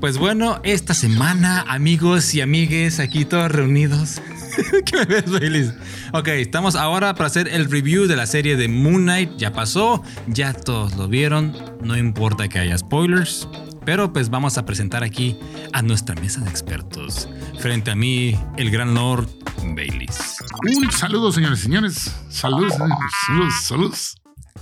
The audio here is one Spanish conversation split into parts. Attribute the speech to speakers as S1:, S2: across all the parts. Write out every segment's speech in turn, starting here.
S1: Pues bueno, esta semana, amigos y amigues, aquí todos reunidos. que me ves feliz. Ok, estamos ahora para hacer el review de la serie de Moon Knight. Ya pasó, ya todos lo vieron. No importa que haya spoilers. Pero pues vamos a presentar aquí a nuestra mesa de expertos. Frente a mí, el gran Lord Baileys.
S2: Un saludo, señores y señores. Saludos, señores. saludos, saludos.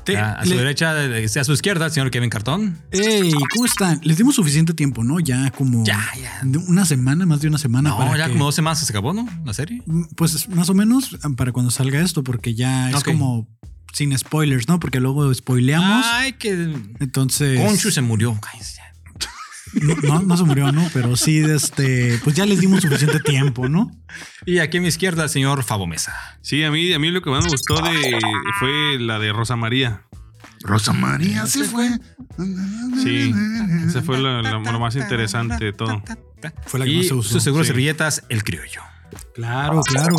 S3: Te-
S1: Ah, A, a su
S3: le-
S1: derecha, de- de- a su izquierda, el señor Kevin Cartón.
S3: ¡Ey! ¿Cómo están? Les dimos suficiente tiempo, ¿no? Ya como.
S1: Ya, ya.
S3: de Una semana, más de una semana.
S1: No,
S3: para
S1: ya
S3: que-
S1: como dos semanas se acabó, ¿no? La serie.
S3: Pues más o menos para cuando salga esto, porque ya es
S1: Ok.
S3: como sin spoilers, ¿no? Porque luego spoileamos.
S1: Ay, que.
S3: Entonces.
S1: Ah. Conchu se murió. guys, Pues, ya.
S3: No, no, no se murió, ¿no? Pero sí, este. Pues ya les dimos suficiente tiempo, ¿no?
S1: Y aquí a mi izquierda, el señor Fabo Mesa.
S4: Sí, a mí, a mí lo que más me gustó de, fue la de Rosa María.
S2: Rosa María se fue.
S4: Sí, esa fue la- la- lo más interesante de todo.
S3: Fue la que
S1: Y
S3: más se
S1: su
S3: usó.
S1: seguro
S4: sí.
S1: servilletas, el criollo.
S3: Claro, claro.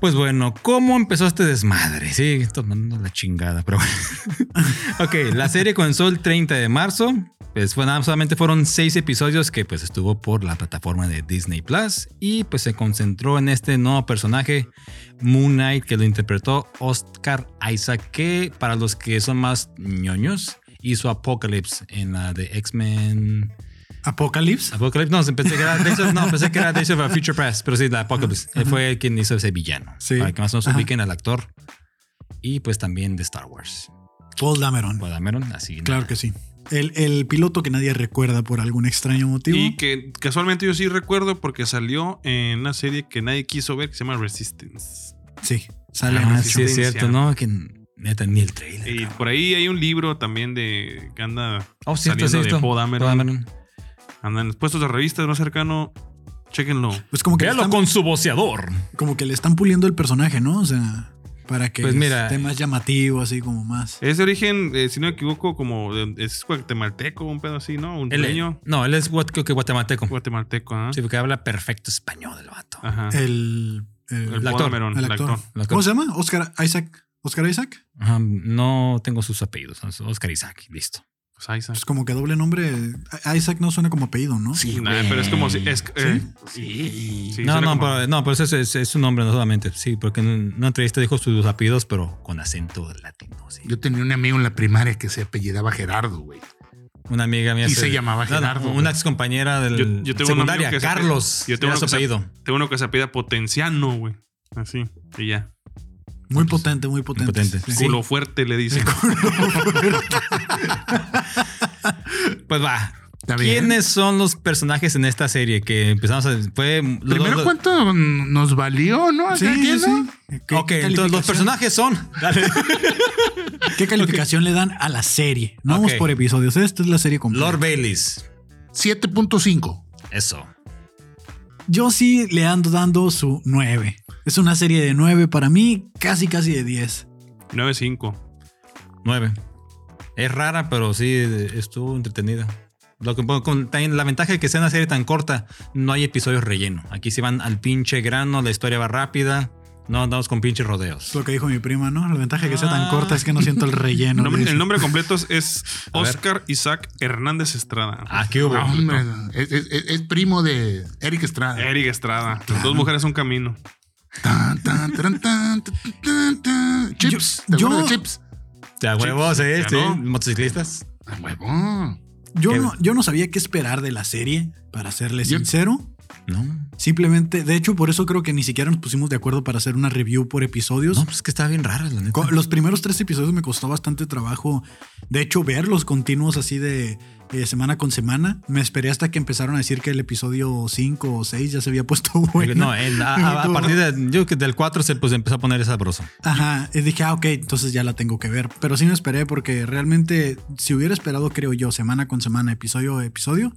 S1: Pues bueno, ¿cómo empezó este desmadre? Sí, tomando la chingada, pero bueno. ok, la serie comenzó el 30 de marzo. Pues fue nada, solamente fueron seis episodios que pues estuvo por la plataforma de Disney Plus y pues se concentró en este nuevo personaje, Moon Knight, que lo interpretó Oscar Isaac, que para los que son más ñoños, hizo Apocalypse en la de X-Men
S3: Apocalypse.
S1: Apocalypse, no, pensé que era Days of, no, pensé que era Days of a Future Press, pero sí, la Apocalypse. Él fue quien hizo ese villano.
S3: Sí.
S1: Para que más o menos
S3: Ajá.
S1: ubiquen al actor. Y pues también de Star Wars.
S3: Paul Dameron.
S1: Paul Dameron, así.
S3: Claro que sí. El, el piloto que nadie recuerda por algún extraño motivo.
S4: Y que casualmente yo sí recuerdo porque salió en una serie que nadie quiso ver que se llama Resistance.
S3: Sí, sale
S1: Ah,
S3: Nacho.
S1: sí, sí, es cierto, ¿no? Que neta, ni el trailer.
S4: Y
S1: cabrón.
S4: por ahí hay un libro también de que anda,
S1: Oh, cierto,
S4: saliendo de
S1: cierto.
S4: Paul Dameron.
S1: Dameron.
S4: anda en los puestos de revistas más cercano. Chéquenlo.
S3: Pues como que, le
S1: Véalo
S3: están,
S1: con su voceador.
S3: como que le están puliendo el personaje, ¿no? O sea, para que
S1: Pues mira.
S3: esté más llamativo, así como más.
S4: Es de origen, eh, si no me equivoco, como de- es guatemalteco, un pedo así, ¿no? Un
S1: Él-
S4: leño
S1: no, él es guat- creo que guatemalteco.
S4: guatemalteco, ¿ah?
S1: Sí, porque habla perfecto español el vato.
S4: Ajá.
S3: El, el-
S4: El
S1: actor,
S4: Podameron,
S3: el
S4: el
S3: actor.
S4: actor.
S1: El actor.
S3: ¿Cómo se llama? Oscar Isaac. Oscar Isaac.
S1: Ajá, no tengo sus apellidos. es Oscar Isaac, listo.
S4: Pues ahí está.
S3: Pues como que doble nombre. I- Isaac no suena como apellido, ¿no?
S4: Nah, pero es como si. Es, eh, sí,
S1: no,
S4: suena
S1: no,
S4: como-
S1: pero, no, pero es, es, es su nombre, no solamente. Sí, porque en una entrevista dijo sus apellidos, pero con acento latino. sí.
S2: Yo tenía un amigo en la primaria que se apellidaba Gerardo, güey.
S1: Una amiga mía.
S2: Y se llamaba
S1: no, no,
S2: Gerardo, güey.
S1: una ex compañera del
S4: Yo- yo tengo un
S1: secundaria,
S4: amigo que se-
S1: Carlos.
S4: yo tengo
S1: era
S4: uno
S1: su
S4: que se-
S1: apellido.
S4: Tengo uno que se apela Potenciano, güey. Así, y ya.
S3: Muy potente, muy potente.
S1: potente. pues, Sí.
S4: Culo fuerte le dicen.
S1: Pues va.
S2: Está bien.
S1: ¿Quiénes son los personajes en esta serie que empezamos a. Fue. los-
S2: Primero,
S1: los-
S2: ¿cuánto nos valió, no?
S3: Sí,
S2: Acá, ¿quién,
S3: sí,
S2: no?
S3: sí. ¿Qué-
S1: Ah, Ok,
S3: qué
S1: entonces los
S3: calificación-
S1: personajes son. Dale.
S3: ¿Qué calificación le dan a la serie? No vamos
S1: Ok.
S3: por episodios. Esta es la serie completa.
S1: Lord Baileys.
S2: 7.5.
S1: Eso.
S3: Yo sí le ando dando su 9. Es una serie de 9 para mí, casi, casi de 10.
S4: 9-5.
S1: Nueve. Es rara, pero sí estuvo entretenida. Lo que, con, también la ventaja de que sea una serie tan corta, no hay episodios relleno. Aquí se van al pinche grano, la historia va rápida. No andamos con pinches
S3: Es
S1: rodeos.
S3: lo que dijo mi prima, ¿no? La ventaja de que sea
S1: Ah.
S3: tan corta es que no siento el relleno.
S4: El nombre,
S3: de-
S4: el nombre completo es- es
S1: A ver.
S4: Oscar Isaac Hernández Estrada.
S1: Aquí Ah, hubo.
S2: No, Ah, hombre, no. es, es- es- es primo de Eric
S1: Ah.
S2: Estrada.
S4: Eric Estrada. Las dos mujeres un camino.
S2: Tan, tan, taran, tan, tan, tan, tan. Chips.
S3: Yo-
S2: ¿Te acuerdas
S3: yo-
S2: de Chips?
S1: Te a huevos, ¿eh?
S4: ya
S1: Sí,
S4: no.
S1: Motociclistas.
S2: Ah, huevón.
S3: Yo,
S1: que-
S3: no, yo no sabía qué esperar de la serie, para serle
S2: Yo-
S3: sincero.
S1: No.
S3: Simplemente, de hecho, por eso creo que ni siquiera nos pusimos de acuerdo para hacer una review por episodios.
S1: No, pues que estaba bien rara, la neta.
S3: Co- Los primeros tres episodios me costó bastante trabajo, de hecho, verlos continuos así de eh, semana con semana. Me esperé hasta que empezaron a decir que el episodio 5 o 6 ya se había puesto bueno.
S1: No, el- a, a- a partir de, yo creo que del 4 se pues, empezó a poner sabroso.
S3: Ajá, y dije, ah, ok, entonces ya la tengo que ver. Pero sí me esperé porque realmente, si hubiera esperado, creo yo, semana con semana, episodio a episodio,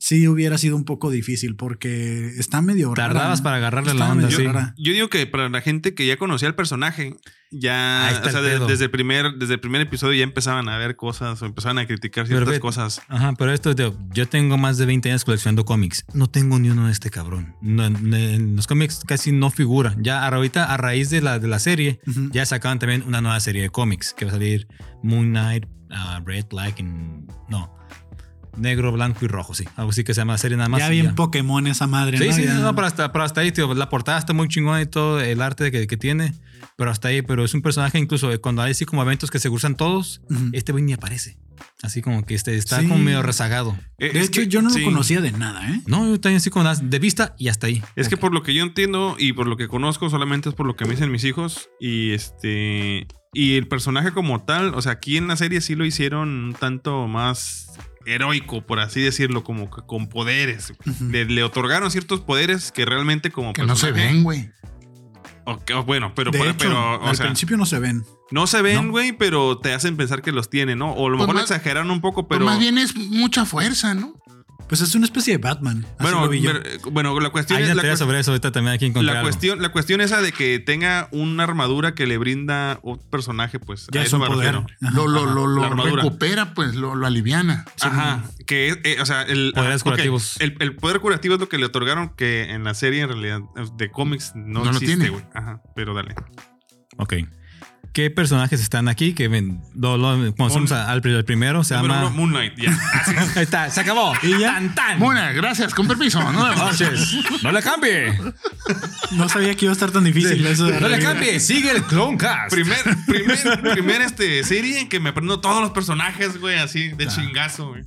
S3: sí hubiera sido un poco difícil porque está medio rara.
S1: Tardabas para agarrarle
S3: Está
S1: la onda,
S3: medio
S1: sí.
S3: rara.
S4: Yo digo que para la gente que ya conocía el personaje,
S1: Ahí
S4: ya.
S1: está
S4: O sea,
S1: el
S4: de-
S1: pedo.
S4: desde, el primer, desde el primer episodio ya empezaban a ver cosas o empezaban a criticar
S1: Pero
S4: ciertas
S1: ve-
S4: cosas.
S1: Ajá, pero esto es de. Yo tengo más de 20 años coleccionando cómics. No tengo ni uno de este cabrón. No, en- en los cómics casi no figura. Ya a- ahorita, a raíz de la, de la serie,
S3: Ujú.
S1: ya sacaban también una nueva serie de cómics que va a salir Moon Knight, ah, Red Black, en- no. negro, blanco y rojo, sí. Algo así que se llama la serie nada más.
S3: ya
S1: y
S3: bien Pokémon esa madre,
S1: Sí,
S3: ¿no?
S1: sí,
S3: Ya-
S1: no, pero hasta, pero hasta ahí, tío, la portada está muy chingona y todo, el arte que, que tiene, pero hasta ahí, pero es un personaje incluso eh, cuando hay así como eventos que se cruzan todos,
S3: Ujú.
S1: este güey ni aparece. Así como que este está
S3: Sí.
S1: como medio rezagado.
S4: Eh,
S3: De
S4: es
S3: hecho,
S4: que-
S3: yo no
S4: sí.
S3: lo conocía de nada, ¿eh?
S1: No, yo también así como nada, de vista y hasta ahí.
S4: Es que por lo que yo entiendo y por lo que conozco, solamente es por lo que me dicen mis hijos. Y este. Y el personaje como tal, o sea, aquí en la serie sí lo hicieron un tanto más heroico, por así decirlo, como que con poderes.
S3: Ujú.
S4: Le, le otorgaron ciertos poderes que realmente como
S2: Que no se
S4: personaje-
S2: ven, güey. Pues
S4: O que- o bueno, pero,
S3: de
S4: pero,
S3: hecho,
S4: pero, o
S3: al
S4: sea,
S3: principio no se ven.
S4: no se ven,
S1: No.
S4: güey, pero te hacen pensar que los tienen, ¿no? O a lo
S2: Pues
S4: mejor
S2: más-
S4: exageraron un poco,
S2: Pero
S4: pero.
S2: más bien es mucha fuerza, ¿no?
S3: Pues es una especie de Batman. Así
S4: bueno,
S3: lo vi yo.
S4: pero- bueno, la cuestión
S1: Hay
S4: es.
S1: una
S4: la
S1: teoría
S4: cuest-
S1: sobre eso, ahorita también hay que encontrar.
S4: La
S1: algo.
S4: cuestión, la cuestión esa de que tenga una armadura que le brinda un personaje, pues
S3: ya es un poder. Ajá.
S2: Lo, lo, lo,
S4: la
S2: lo
S4: armadura.
S2: recupera, pues, lo, lo aliviana.
S4: Ajá. Que es, eh, o sea, el.
S1: Poderes
S4: ah, ok,
S1: curativos.
S4: El, el poder curativo es lo que le otorgaron, que en la serie, en realidad, de cómics
S2: No
S4: no,
S2: lo
S4: existe,
S2: tiene.
S4: güey. Ajá. Pero dale.
S1: Ok. ¿Qué personajes están aquí? Que ven, lo- lo- cuando somos a- al, al primero, se
S4: Número
S1: llama.
S4: uno, Moon Knight, ya.
S1: Ahí está, se acabó.
S3: Y ya.
S1: Tan, tan.
S2: Mona, gracias, con permiso. ¿no?
S1: Entonces, no le cambie.
S3: No sabía que iba a estar tan difícil eso. de
S1: No le
S3: revivir.
S1: cambie. Sigue el Clonecast.
S4: primer, primer, primer este, serie en que me aprendo todos los personajes, güey, así de chingazo, güey.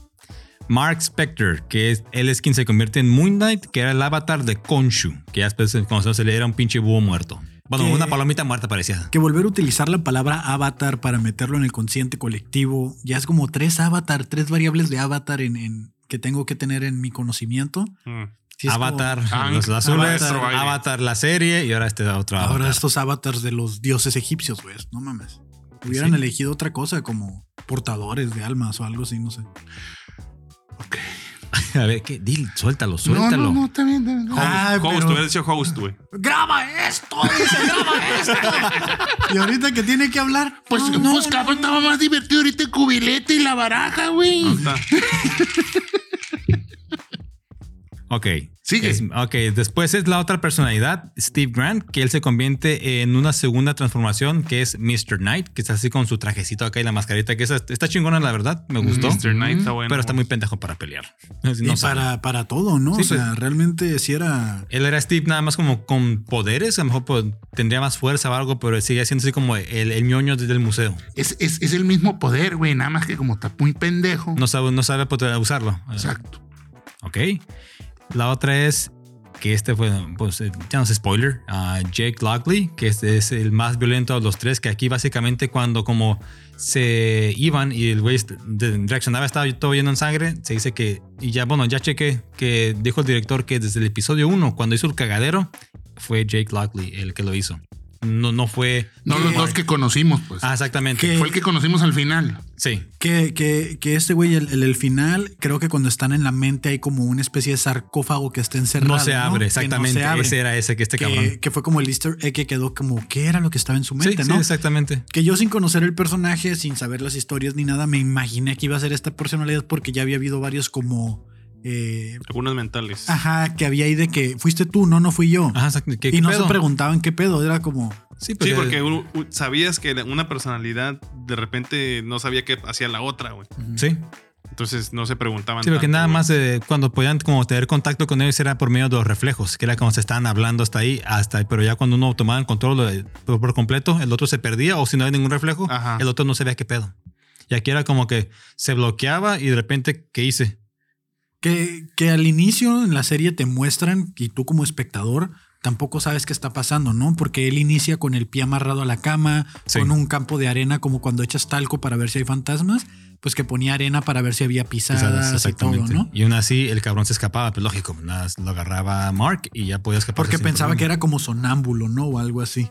S1: Mark Spector, que es, él es quien se convierte en Moon Knight, que era el avatar de Konshu, que ya después cuando se le era un pinche búho muerto. Bueno,
S3: ¿Qué?
S1: una palomita muerta parecía.
S3: Que volver a utilizar la palabra avatar para meterlo en el consciente colectivo. Ya es como tres avatar, tres variables de avatar en, en- que tengo que tener en mi conocimiento.
S4: Mm.
S3: Sí, es como,
S1: avatar,
S4: Hank,
S1: los azules,
S4: Maestro
S1: avatar,
S4: Aire.
S1: la serie y ahora este otro
S3: ahora
S1: avatar.
S3: estos avatars de los dioses egipcios, güey. No mames.
S1: Pues
S3: Hubieran elegido otra cosa como portadores de almas o algo así, no sé.
S1: A ver, ¿qué? Dil, suéltalo,
S2: No,
S1: suéltalo.
S2: no, no, está bien, está bien, está bien.
S1: Ah,
S3: Ay,
S4: host,
S3: pero-
S4: hubiera dicho host, güey.
S3: ¡Graba esto! Dice, ¡graba esto! y ahorita que tiene que hablar.
S2: Pues,
S3: no, no,
S2: pues, cabrón, estaba más divertido ahorita el cubilete y la baraja, güey.
S4: Ahí está.
S1: Ok.
S2: Sigue.
S1: Es- ok, después es la otra personalidad, Steve Grant, que él se convierte en una segunda transformación que es Mr. Knight, que está así con su trajecito acá y la mascarita, que esa- está chingona, la verdad, me gustó.
S4: Mr. Mm, Knight está bueno.
S1: Pero está muy
S4: güey.
S1: pendejo para pelear.
S3: y
S1: No sabe.
S3: para, para todo, ¿no?
S1: Sí, pues.
S3: o sea, realmente si era.
S1: Él era Steve nada más como con poderes, a lo mejor pues, tendría más fuerza o algo, pero sigue siendo así como el, el ñoño del museo.
S2: Es, es, es el mismo poder, güey, nada más que como está muy pendejo.
S1: No sabe, no sabe poder usarlo.
S2: Exacto.
S1: Ok. La otra es que este fue, pues eh, ya no es spoiler, a Jake Lockley, que es, es el más violento de los tres, que aquí básicamente cuando como se iban y el güey est- de- reaccionaba, estaba todo lleno en sangre, se dice que, y ya bueno, ya chequé, que dijo el director que desde el episodio 1, cuando hizo el cagadero, fue Jake Lockley el que lo hizo. No, no fue...
S2: No los dos que conocimos, pues.
S1: Ah, exactamente.
S3: ¿Qué?
S2: Fue el que conocimos al final.
S1: Sí.
S3: Que, que, que este güey, el, el, el final, creo que cuando están en la mente hay como una especie de sarcófago que está
S1: No
S3: encerrado.
S1: se abre,
S3: Que no
S1: exactamente.
S3: se abre.
S1: Ese era ese que este
S3: que,
S1: cabrón.
S3: que fue como el easter egg que quedó como qué era lo que estaba en su
S1: Sí,
S3: mente,
S1: sí,
S3: ¿no?
S1: exactamente.
S3: que yo sin conocer el personaje, sin saber las historias ni nada, me imaginé que iba a ser esta personalidad porque ya había habido varios como... eh,
S4: Algunas mentales.
S3: ajá, que había ahí de que fuiste tú, no, no fui yo.
S1: Ajá, exacto. ¿Qué-
S3: y
S1: qué
S3: no
S1: pedo?
S3: se preguntaban qué pedo, era como...
S1: Sí, pues, eh,
S4: Sí,
S1: porque-
S4: porque u- u- sabías que la- una personalidad de repente no sabía qué hacía la otra, güey.
S1: Sí,
S4: Entonces no se preguntaban.
S1: sí, porque
S4: tanto,
S1: nada
S4: güey.
S1: más eh, cuando podían como tener contacto con ellos era por medio de los reflejos, que era como se estaban hablando hasta ahí, hasta ahí, pero ya cuando uno tomaba el control de- por, por completo, el otro se perdía o si no había ningún reflejo,
S4: Ajá.
S1: el otro no sabía qué pedo. Y aquí era como que se bloqueaba y de repente, ¿qué hice?
S3: Que, que al inicio en la serie te muestran y tú como espectador tampoco sabes qué está pasando, ¿no? Porque él inicia con el pie amarrado a la cama,
S1: Sí.
S3: con un campo de arena como cuando echas talco para ver si hay fantasmas, pues que ponía arena para ver si había pisadas, y todo, ¿no?
S1: Y aún así el cabrón se escapaba, pero lógico, nada, lo agarraba a Mark y ya podía escapar.
S3: Porque pensaba que era como sonámbulo, ¿no? O algo así.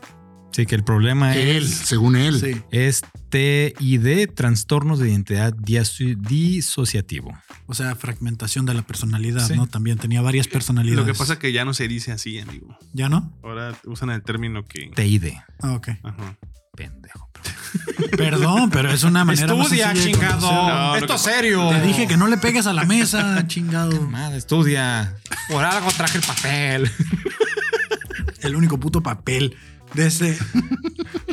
S1: Sí, que el problema
S2: Que él,
S1: Ah, es
S2: según él.
S3: Sí.
S1: este ID, trastornos de identidad diaso- disociativo.
S3: O sea, fragmentación de la personalidad,
S1: Sí.
S3: ¿no? También tenía varias personalidades.
S4: Lo que pasa es que ya no se dice así, amigo.
S3: ¿Ya no?
S4: Ahora usan el término que.
S1: TID.
S3: Ah, ok.
S4: Ajá.
S1: Pendejo.
S3: Perdón, pero es una manera más
S1: Estudia,
S3: sencilla de
S1: chingado.
S3: conocerlo.
S4: No,
S1: Esto
S4: lo
S1: es
S4: que-
S1: serio.
S3: Te dije que no le pegues a la mesa, chingado.
S1: Madre, estudia. Por algo traje el papel.
S3: El único puto papel. Desde.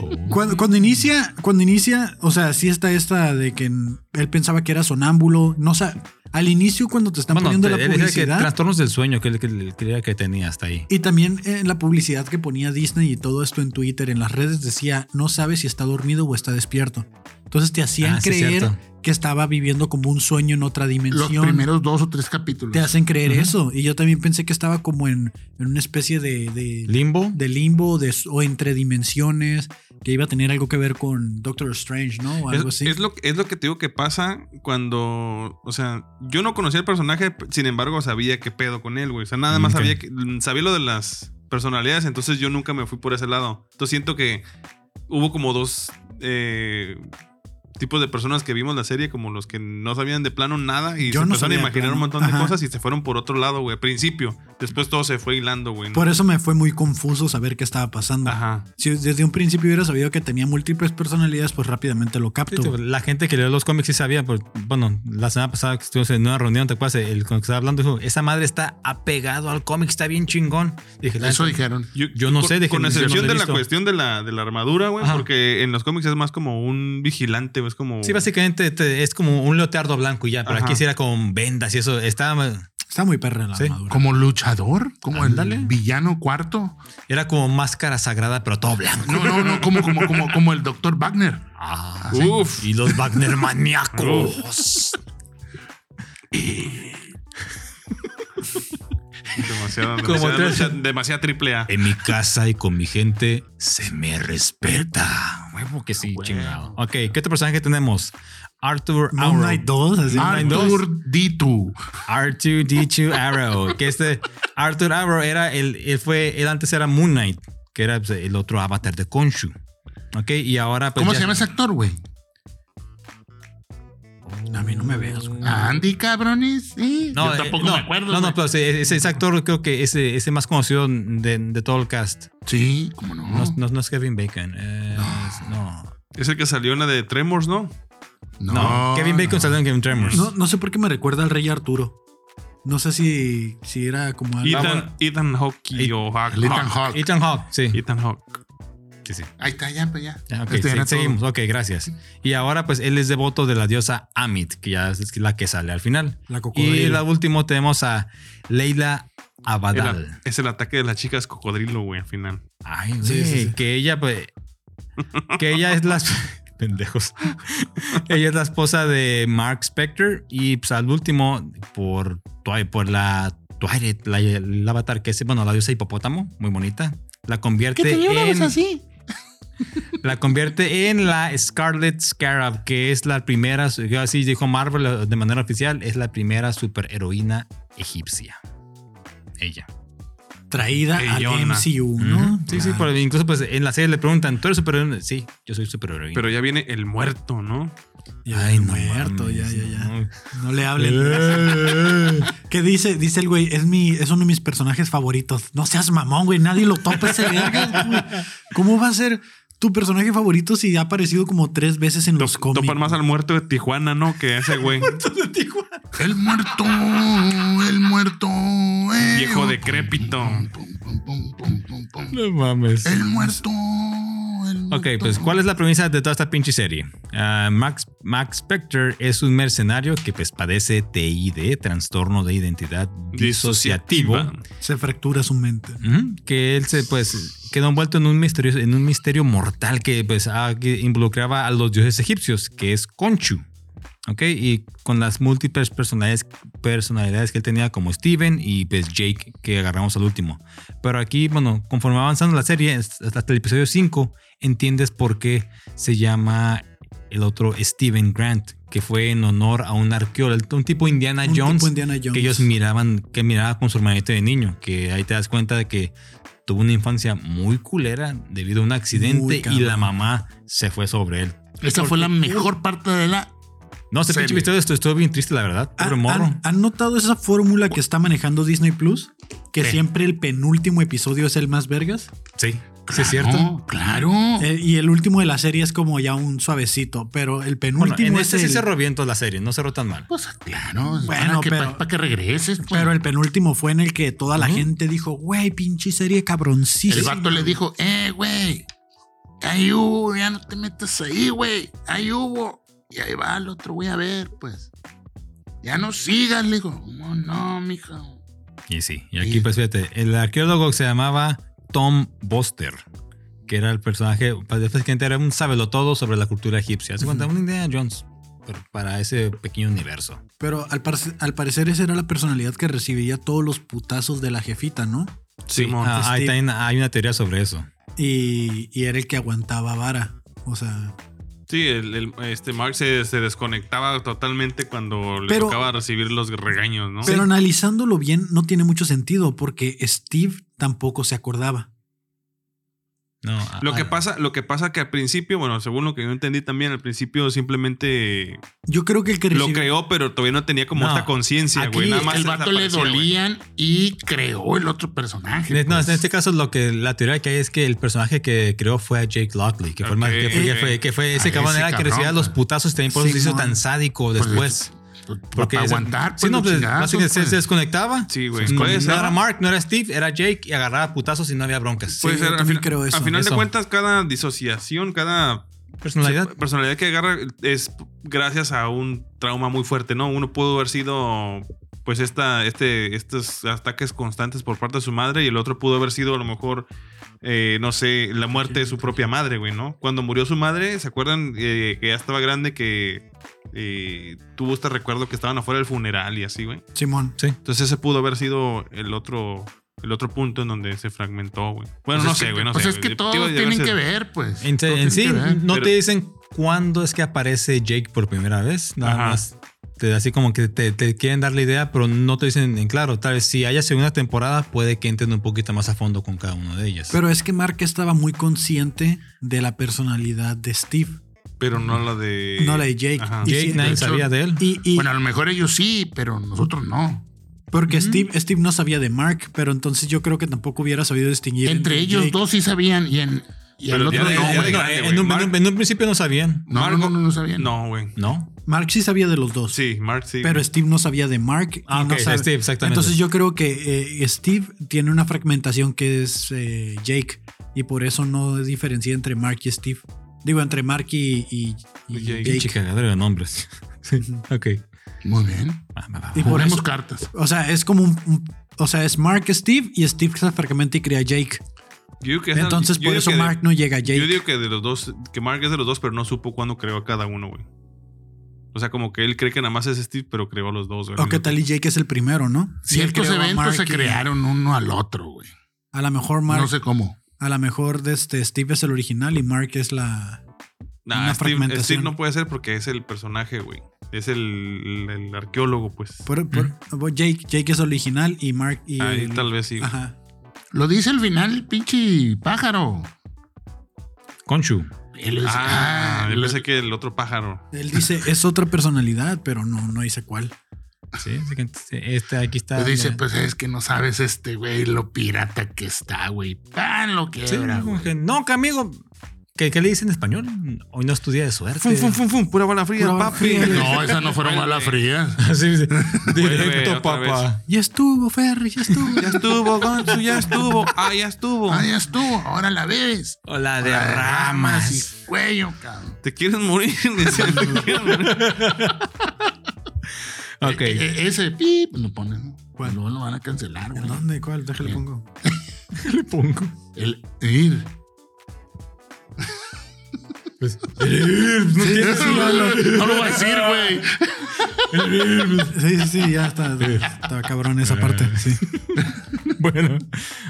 S1: Oh.
S3: Cuando, cuando inicia, cuando inicia, o sea, sí está esta de que él pensaba que era sonámbulo. No sa- Al inicio, cuando te están
S1: Bueno,
S3: poniendo
S1: te-
S3: la
S1: él decía que
S3: publicidad.
S1: trastornos del sueño que él que él creía que tenía hasta ahí.
S3: Y también en la publicidad que ponía Disney y todo esto en Twitter, en las redes, decía, no sabes si está dormido o está despierto. Entonces te hacían
S1: Ah, sí,
S3: creer
S1: cierto.
S3: que estaba viviendo como un sueño en otra
S2: Los
S3: dimensión.
S2: primeros dos o tres capítulos.
S3: Te hacen creer
S1: Ujú.
S3: eso. Y yo también pensé que estaba como en, en una especie de, de,
S1: Limbo.
S3: de limbo de, o entre dimensiones, que iba a tener algo que ver con Doctor Strange, ¿no? O
S4: Es,
S3: algo así.
S4: es lo, es lo que te digo que pasa cuando. O sea, yo no conocía el personaje, sin embargo, sabía qué pedo con él, güey. O sea, nada más
S1: Ok.
S4: sabía, que- mm, sabía lo de las personalidades, entonces yo nunca me fui por ese lado. Entonces siento que hubo como dos eh, tipos de personas que vimos la serie, como los que no sabían de plano nada y
S3: Yo
S4: se
S3: no
S4: empezaron a
S3: sabía de
S4: imaginar un
S3: plano.
S4: montón de
S3: Ajá.
S4: cosas y se fueron por otro lado, güey, al principio. Después todo se fue hilando, güey.
S3: Por eso me fue muy confuso saber qué estaba pasando.
S4: Ajá.
S3: Si desde un principio hubiera sabido que tenía múltiples personalidades, pues rápidamente lo
S1: Sí,
S3: capto.
S1: tío, La gente que leyó los cómics sí sabía, porque, bueno, la semana pasada que estuvimos en una reunión, ¿te acuerdas? El con el que estaba hablando dijo, esa madre está apegado al cómic, está bien chingón. Dije, la
S2: Eso
S1: neta,
S2: dijeron.
S1: Yo no
S4: con-
S1: sé, déjenme
S4: Con
S1: decir, yo no
S4: excepción
S1: lo he
S4: de la
S1: visto.
S4: cuestión de la, de la armadura, güey,
S1: Ajá.
S4: porque en los cómics es más como un vigilante, güey, es como.
S1: Sí, básicamente te- es como un leotardo blanco y ya, pero
S4: Ajá.
S1: aquí sí era con vendas y eso. Estaba,
S3: Está muy perra la
S1: Sí.
S3: armadura.
S2: Como luchador, como
S1: Ándale.
S2: el villano cuarto.
S1: era como máscara sagrada, pero todo blanco.
S2: No, no, no, como, como, como, como el doctor Wagner.
S1: Ah,
S2: Así.
S4: Uf.
S1: Y los Wagner maníacos.
S4: Demasiado,
S1: Como tres-
S4: demasiado- demasiado- demasiada triple A.
S1: en mi casa y con mi gente se me respeta. Huevo que sí,
S2: Huevo.
S1: chingado. Ok, ¿qué otro personaje tenemos? Arthur
S3: Moon
S1: Arrow.
S3: Knight 2, así.
S1: Ah, Nine dos.
S2: Arthur D2.
S1: R2D2 Arrow. que este Arthur Arrow era el, él fue, él antes era Moon Knight, que era pues, el otro avatar de Konshu. Ok, y ahora pues,
S2: ¿Cómo
S1: ya-
S2: se llama ese actor, güey?
S3: A mí no me veas, güey.
S1: Ah.
S2: Andy, cabrones. Sí.
S1: No,
S2: Yo
S1: eh,
S2: tampoco
S1: no,
S2: me acuerdo.
S1: No, no,
S2: güey.
S1: pero sí, ese, ese actor creo que es eh, es el más conocido de, de todo el cast.
S2: Sí, cómo no.
S1: No, es- no es- no es Kevin Bacon. eh, es- no.
S4: Es el que salió en la de Tremors, ¿no?
S1: No, Kevin Bacon salió en Game Tremors.
S3: No, no sé por qué me recuerda al rey Arturo. No sé si, si era como algo.
S4: Ethan, Ethan Hawke
S1: Ethan-
S4: o
S2: El
S4: Hawke.
S2: Ethan
S4: Hawke.
S2: Hawke.
S1: Ethan Hawke, sí.
S4: Ethan Hawke.
S1: sí, sí.
S2: Eh, Ahí está, ya, pues ya.
S1: Ya, ok,
S2: Este
S1: sí,
S2: era todo.
S1: seguimos. Ok, gracias. Y ahora, pues, él es devoto de la diosa Amit, que ya es la que sale al final.
S3: La
S1: Y
S3: cocodrilo.
S1: la último tenemos a Leila
S4: Era-
S1: Abadal.
S4: es el ataque de las chicas cocodrilo, güey, al final.
S1: Ay,
S3: Sí,
S1: güey,
S3: sí, sí.
S1: que ella, pues. Que ella es la. Pendejos. ella es la esposa de Mark Spector. Y pues al último, por, Twi- por la Twilight, la, el avatar que es, bueno, la diosa hipopótamo, muy bonita. La convierte en.
S2: así?
S1: La convierte en la Scarlet Scarab, que es la primera, yo así dijo Marvel de manera oficial, es la primera superheroína egipcia. Ella.
S3: traída al
S4: Bellona.
S3: MCU, ¿no? Ah,
S1: Ujú. Sí, sí,
S3: Claro.
S1: pero incluso pues en la serie le preguntan, ¿tú eres superheroína? Sí, yo soy superheroína.
S4: Pero ya viene el muerto, ¿no?
S3: Ya muerto,
S1: mames,
S3: ya, ya, ya.
S1: no.
S3: No le hablen. ¿Qué dice? Dice el güey, es mi, es uno de mis personajes favoritos. No seas mamón, güey. Nadie lo topa ese verga, güey. ¿Cómo va a ser tu personaje favorito si ha aparecido como tres veces en los
S4: Top-
S3: cómics?
S4: Topan más al muerto de Tijuana, ¿no? Que a ese güey.
S2: El muerto, el muerto. eh.
S4: Viejo decrépito.
S2: Pum, pum, pum, pum, pum, pum.
S1: No mames.
S2: El muerto. el
S1: Ok,
S2: muerto.
S1: pues ¿cuál es la premisa de toda esta pinche serie? Ah, Max, Max Spector es un mercenario que pues padece TID, trastorno de identidad disociativo,
S3: Se fractura su mente.
S1: Ujú, que él se pues quedó envuelto en un misterioso, en un misterio mortal que pues ah, que involucraba a los dioses egipcios, que es Conchu. Ok, y con las múltiples personalidades, personalidades que él tenía como Steven y pues Jake, que agarramos al último. Pero aquí, bueno, conforme va avanzando la serie, hasta hasta el episodio 5, entiendes por qué se llama el otro Steven Grant, que fue en honor a un arqueólogo, un tipo Indiana
S3: Un
S1: Jones,
S3: tipo Indiana Jones.
S1: que ellos miraban, que miraba con su hermanito de niño, que ahí te das cuenta de que tuvo una infancia muy culera debido a un
S3: Muy
S1: accidente y
S3: cabrón.
S1: la mamá se fue sobre él.
S2: Esa fue la mejor parte de la.
S1: No, este
S2: Serie.
S1: pinche episodio estu- estuvo bien triste, la verdad. Pobre
S3: ¿Han,
S1: morro.
S3: han- han notado esa fórmula que está manejando Disney Plus? Que
S1: Sí.
S3: siempre el penúltimo episodio es el más vergas.
S1: sí,
S3: ah,
S1: sí es cierto.
S2: Ah, No, claro.
S3: Eh, y el último de la serie es como ya un suavecito, pero el
S1: Bueno,
S3: penúltimo
S1: en
S3: es
S1: este sí
S3: el-
S1: cerró bien toda la serie, no cerró tan mal.
S2: Pues claro. para
S3: Bueno,
S2: que,
S3: pero-
S2: para, que regreses. pues.
S3: Pero el penúltimo fue en el que toda la
S1: Ujú.
S3: gente dijo, güey, pinche serie
S2: el,
S3: cabroncísima.
S2: vato le dijo, eh, güey. Ahí hubo, ya no te metas ahí, güey. Ahí hubo. Y ahí va el otro, güey, a ver, pues. Ya no sigas, le digo. ¿Cómo no, mijo?
S1: Y sí, y aquí pues fíjate, el arqueólogo se llamaba Tom Boster, que era el personaje, pues, básicamente era un sabelotodo sobre la cultura egipcia. Se cuenta,
S3: Ujú.
S1: una idea Jones, pero para ese pequeño universo.
S3: Pero al, par- al parecer esa era la personalidad que recibía todos los putazos de la jefita, ¿no?
S4: Simón.
S1: Ah, hay,
S3: Steve.
S1: también- hay una teoría sobre eso.
S3: Y, y era el que aguantaba vara. O sea,
S4: Sí, el, el- este Mark se, se desconectaba totalmente cuando le
S3: Pero-
S4: tocaba recibir los regaños, ¿no?
S3: pero analizándolo bien no tiene mucho sentido porque Steve tampoco se acordaba.
S1: No, a-
S4: Lo que
S3: Ah.
S1: a-
S4: pasa, lo que pasa que al principio, bueno, según lo que yo entendí también, al principio simplemente
S3: Yo creo que el que
S4: lo
S3: recibió-
S4: creó, pero todavía no tenía como
S1: No,
S4: esta conciencia, güey.
S2: Aquí
S4: Nada más
S2: el vato le
S4: desaparecía, güey.
S2: dolían y creó el otro personaje.
S1: No,
S2: pues.
S1: en este caso lo que la teoría que hay es que el personaje que creó fue a Jake Lockley, que, fue, el más- que, fue, que
S4: Ok.
S1: fue- que fue ese
S2: Ah,
S1: cabrón
S2: ese
S1: era el que
S2: cabrón,
S1: recibía los
S2: pues.
S1: putazos también por eso se hizo
S3: Simón.
S1: tan sádico
S2: Pues,
S1: después.
S2: Pues, pa-
S1: Porque
S2: pa'
S1: ese-
S2: aguantar,
S1: sí, no,
S2: los
S1: pues,
S2: chingazos,
S1: básicamente se,
S2: pues.
S1: se desconectaba.
S4: Sí, güey.
S1: No,
S4: Puede
S1: no
S4: ser.
S1: era Mark, no era Steve, era Jake y agarraba putazos y no había broncas.
S4: Puede
S3: Sí,
S4: ser,
S3: yo
S4: al
S3: también
S4: final,
S3: creo eso.
S4: al final de
S1: Eso.
S4: cuentas, cada disociación, cada
S1: Personalidad.
S4: personalidad que agarra es gracias a un trauma muy fuerte, ¿no? Uno pudo haber sido, pues, esta, este, estos ataques constantes por parte de su madre y el otro pudo haber sido, a lo mejor, eh, no sé, la muerte de su propia madre, güey, ¿no? Cuando murió su madre, ¿se acuerdan eh, que ya estaba grande que eh, tuvo este recuerdo que estaban afuera del funeral y así, güey?
S3: Simón.
S4: Entonces ese pudo haber sido el otro... El otro punto en donde se fragmentó, güey.
S2: Pues
S4: Bueno, no
S2: es
S4: sé,
S2: que-
S4: güey, no
S2: pues
S4: sé.
S2: es que
S4: güey.
S2: todos
S4: Digo, de
S2: tienen
S4: haberse-
S2: que ver, pues.
S1: En,
S2: Todos
S1: en
S2: tienen
S1: sí,
S2: que ver.
S1: no
S4: pero-
S1: te dicen cuándo es que aparece Jake por primera vez. Nada
S4: Ajá.
S1: más. Te, así como que te, te quieren dar la idea, pero no te dicen en claro. Tal vez si haya segunda temporada, puede que entren un poquito más a fondo con cada uno de ellas.
S3: Pero es que Mark estaba muy consciente de la personalidad de Steve,
S4: Pero no la de...
S3: no la de Jake.
S4: Ajá.
S3: Y
S1: Jake
S3: si-
S1: nadie
S2: de hecho-
S1: sabía de él.
S3: y- y-
S2: Bueno, a lo mejor ellos sí, pero nosotros no.
S3: porque Steve, Steve no sabía de Mark, pero entonces yo creo que tampoco hubiera sabido distinguir.
S2: Entre ellos
S3: Jake.
S2: dos sí sabían y en y el
S4: Pero
S2: otro
S4: ya de-
S2: no,
S4: ya de
S2: güey.
S1: No,
S4: grande,
S1: en,
S4: güey.
S1: un, en
S4: Mark-
S1: un- en un principio no sabían.
S2: No, no,
S4: Marco-
S2: no, no sabían.
S4: No, güey.
S1: No.
S3: Mark sí sabía de los dos.
S4: Sí, Mark sí.
S3: Pero Steve no sabía de Mark. y
S1: Ah,
S3: no
S1: ok,
S3: sabe-
S1: Steve, exactamente.
S3: Entonces yo creo que eh, Steve tiene una fragmentación que es eh, Jake y por eso no diferencia entre Mark y Steve. Digo, entre Mark y, y- y
S4: Jake.
S3: Jake.
S1: Chica, de nombres. Sí, ok.
S2: Muy bien.
S1: Va, va, va.
S3: Y por
S2: Ponemos
S3: eso-
S2: cartas.
S3: o sea, es como un, un- O sea, es Mark Steve y Steve se fragmenta y crea Jake.
S4: Yo digo que esa-
S3: Entonces
S4: yo
S3: por
S4: digo
S3: eso
S4: que de-
S3: Mark no llega a Jake.
S4: Yo digo que de los dos, que Mark es de los dos, pero no supo cuándo creó a cada uno, güey. O sea, como que él cree que nada más es Steve, pero creó a los dos, güey.
S3: o que tal y Jake es el primero, ¿no? Y él
S2: Ciertos
S3: creó a
S2: eventos
S3: Mark
S2: se
S3: y-
S2: crearon uno al otro, güey.
S3: A lo mejor Mark,
S2: No sé cómo.
S3: a lo mejor de este Steve es el original y Mark es la.
S4: Nah,
S3: una
S4: Steve,
S3: fragmentación.
S4: Steve no puede ser porque es el personaje, güey. Es el, el arqueólogo, pues.
S3: por- por- Jake, Jake es original y Mark y
S4: Ahí
S3: el-
S4: tal vez sí. güey.
S3: Ajá.
S2: Lo dice al final el pinche pájaro.
S1: Conchu.
S2: Él es-
S4: Ah,
S2: ah,
S4: yo
S2: lo-
S4: pensé que el otro pájaro.
S3: Él dice, es otra personalidad, pero no, no dice cuál.
S1: Sí, así que, sí, este, aquí está.
S2: Pues dice,
S1: mira.
S2: pues es que no sabes este, güey, lo pirata que está, güey. Pan lo que
S1: Sí,
S2: era,
S1: como
S2: güey.
S1: que, no, que amigo. ¿Qué, qué le dice en español? Hoy no estudia de suerte.
S4: Fum, fum, fum, fum, pura bala fría,
S3: Pura bala
S4: papi.
S3: fría, le-
S2: No, esas no fueron balas frías.
S1: Así dice,
S4: Vuelve
S1: Directo,
S4: otra
S1: papá.
S3: Ya estuvo, Ferry, ya estuvo.
S4: Ya estuvo, Gonzo, ya estuvo. Ah, ya estuvo.
S2: Ah, ya estuvo, ahora la bebes.
S1: O la
S2: Ahora
S1: de
S2: derramas
S1: ramas.
S2: y cuello, cabrón.
S4: Te quieres morir. decía, te quieres morir.
S1: Ok.
S2: E- e- ese pip lo pones, ¿no?
S3: ¿Cuál?
S2: Luego lo van a cancelar,
S3: ¿En
S2: güey.
S3: dónde? ¿Cuál? Déjale pongo.
S1: Le pongo.
S2: El ir.
S1: Pues, no tiene
S2: No lo voy a decir, güey.
S3: Sí, sí, sí, ya está. Estaba cabrón esa parte. Sí.
S1: Bueno,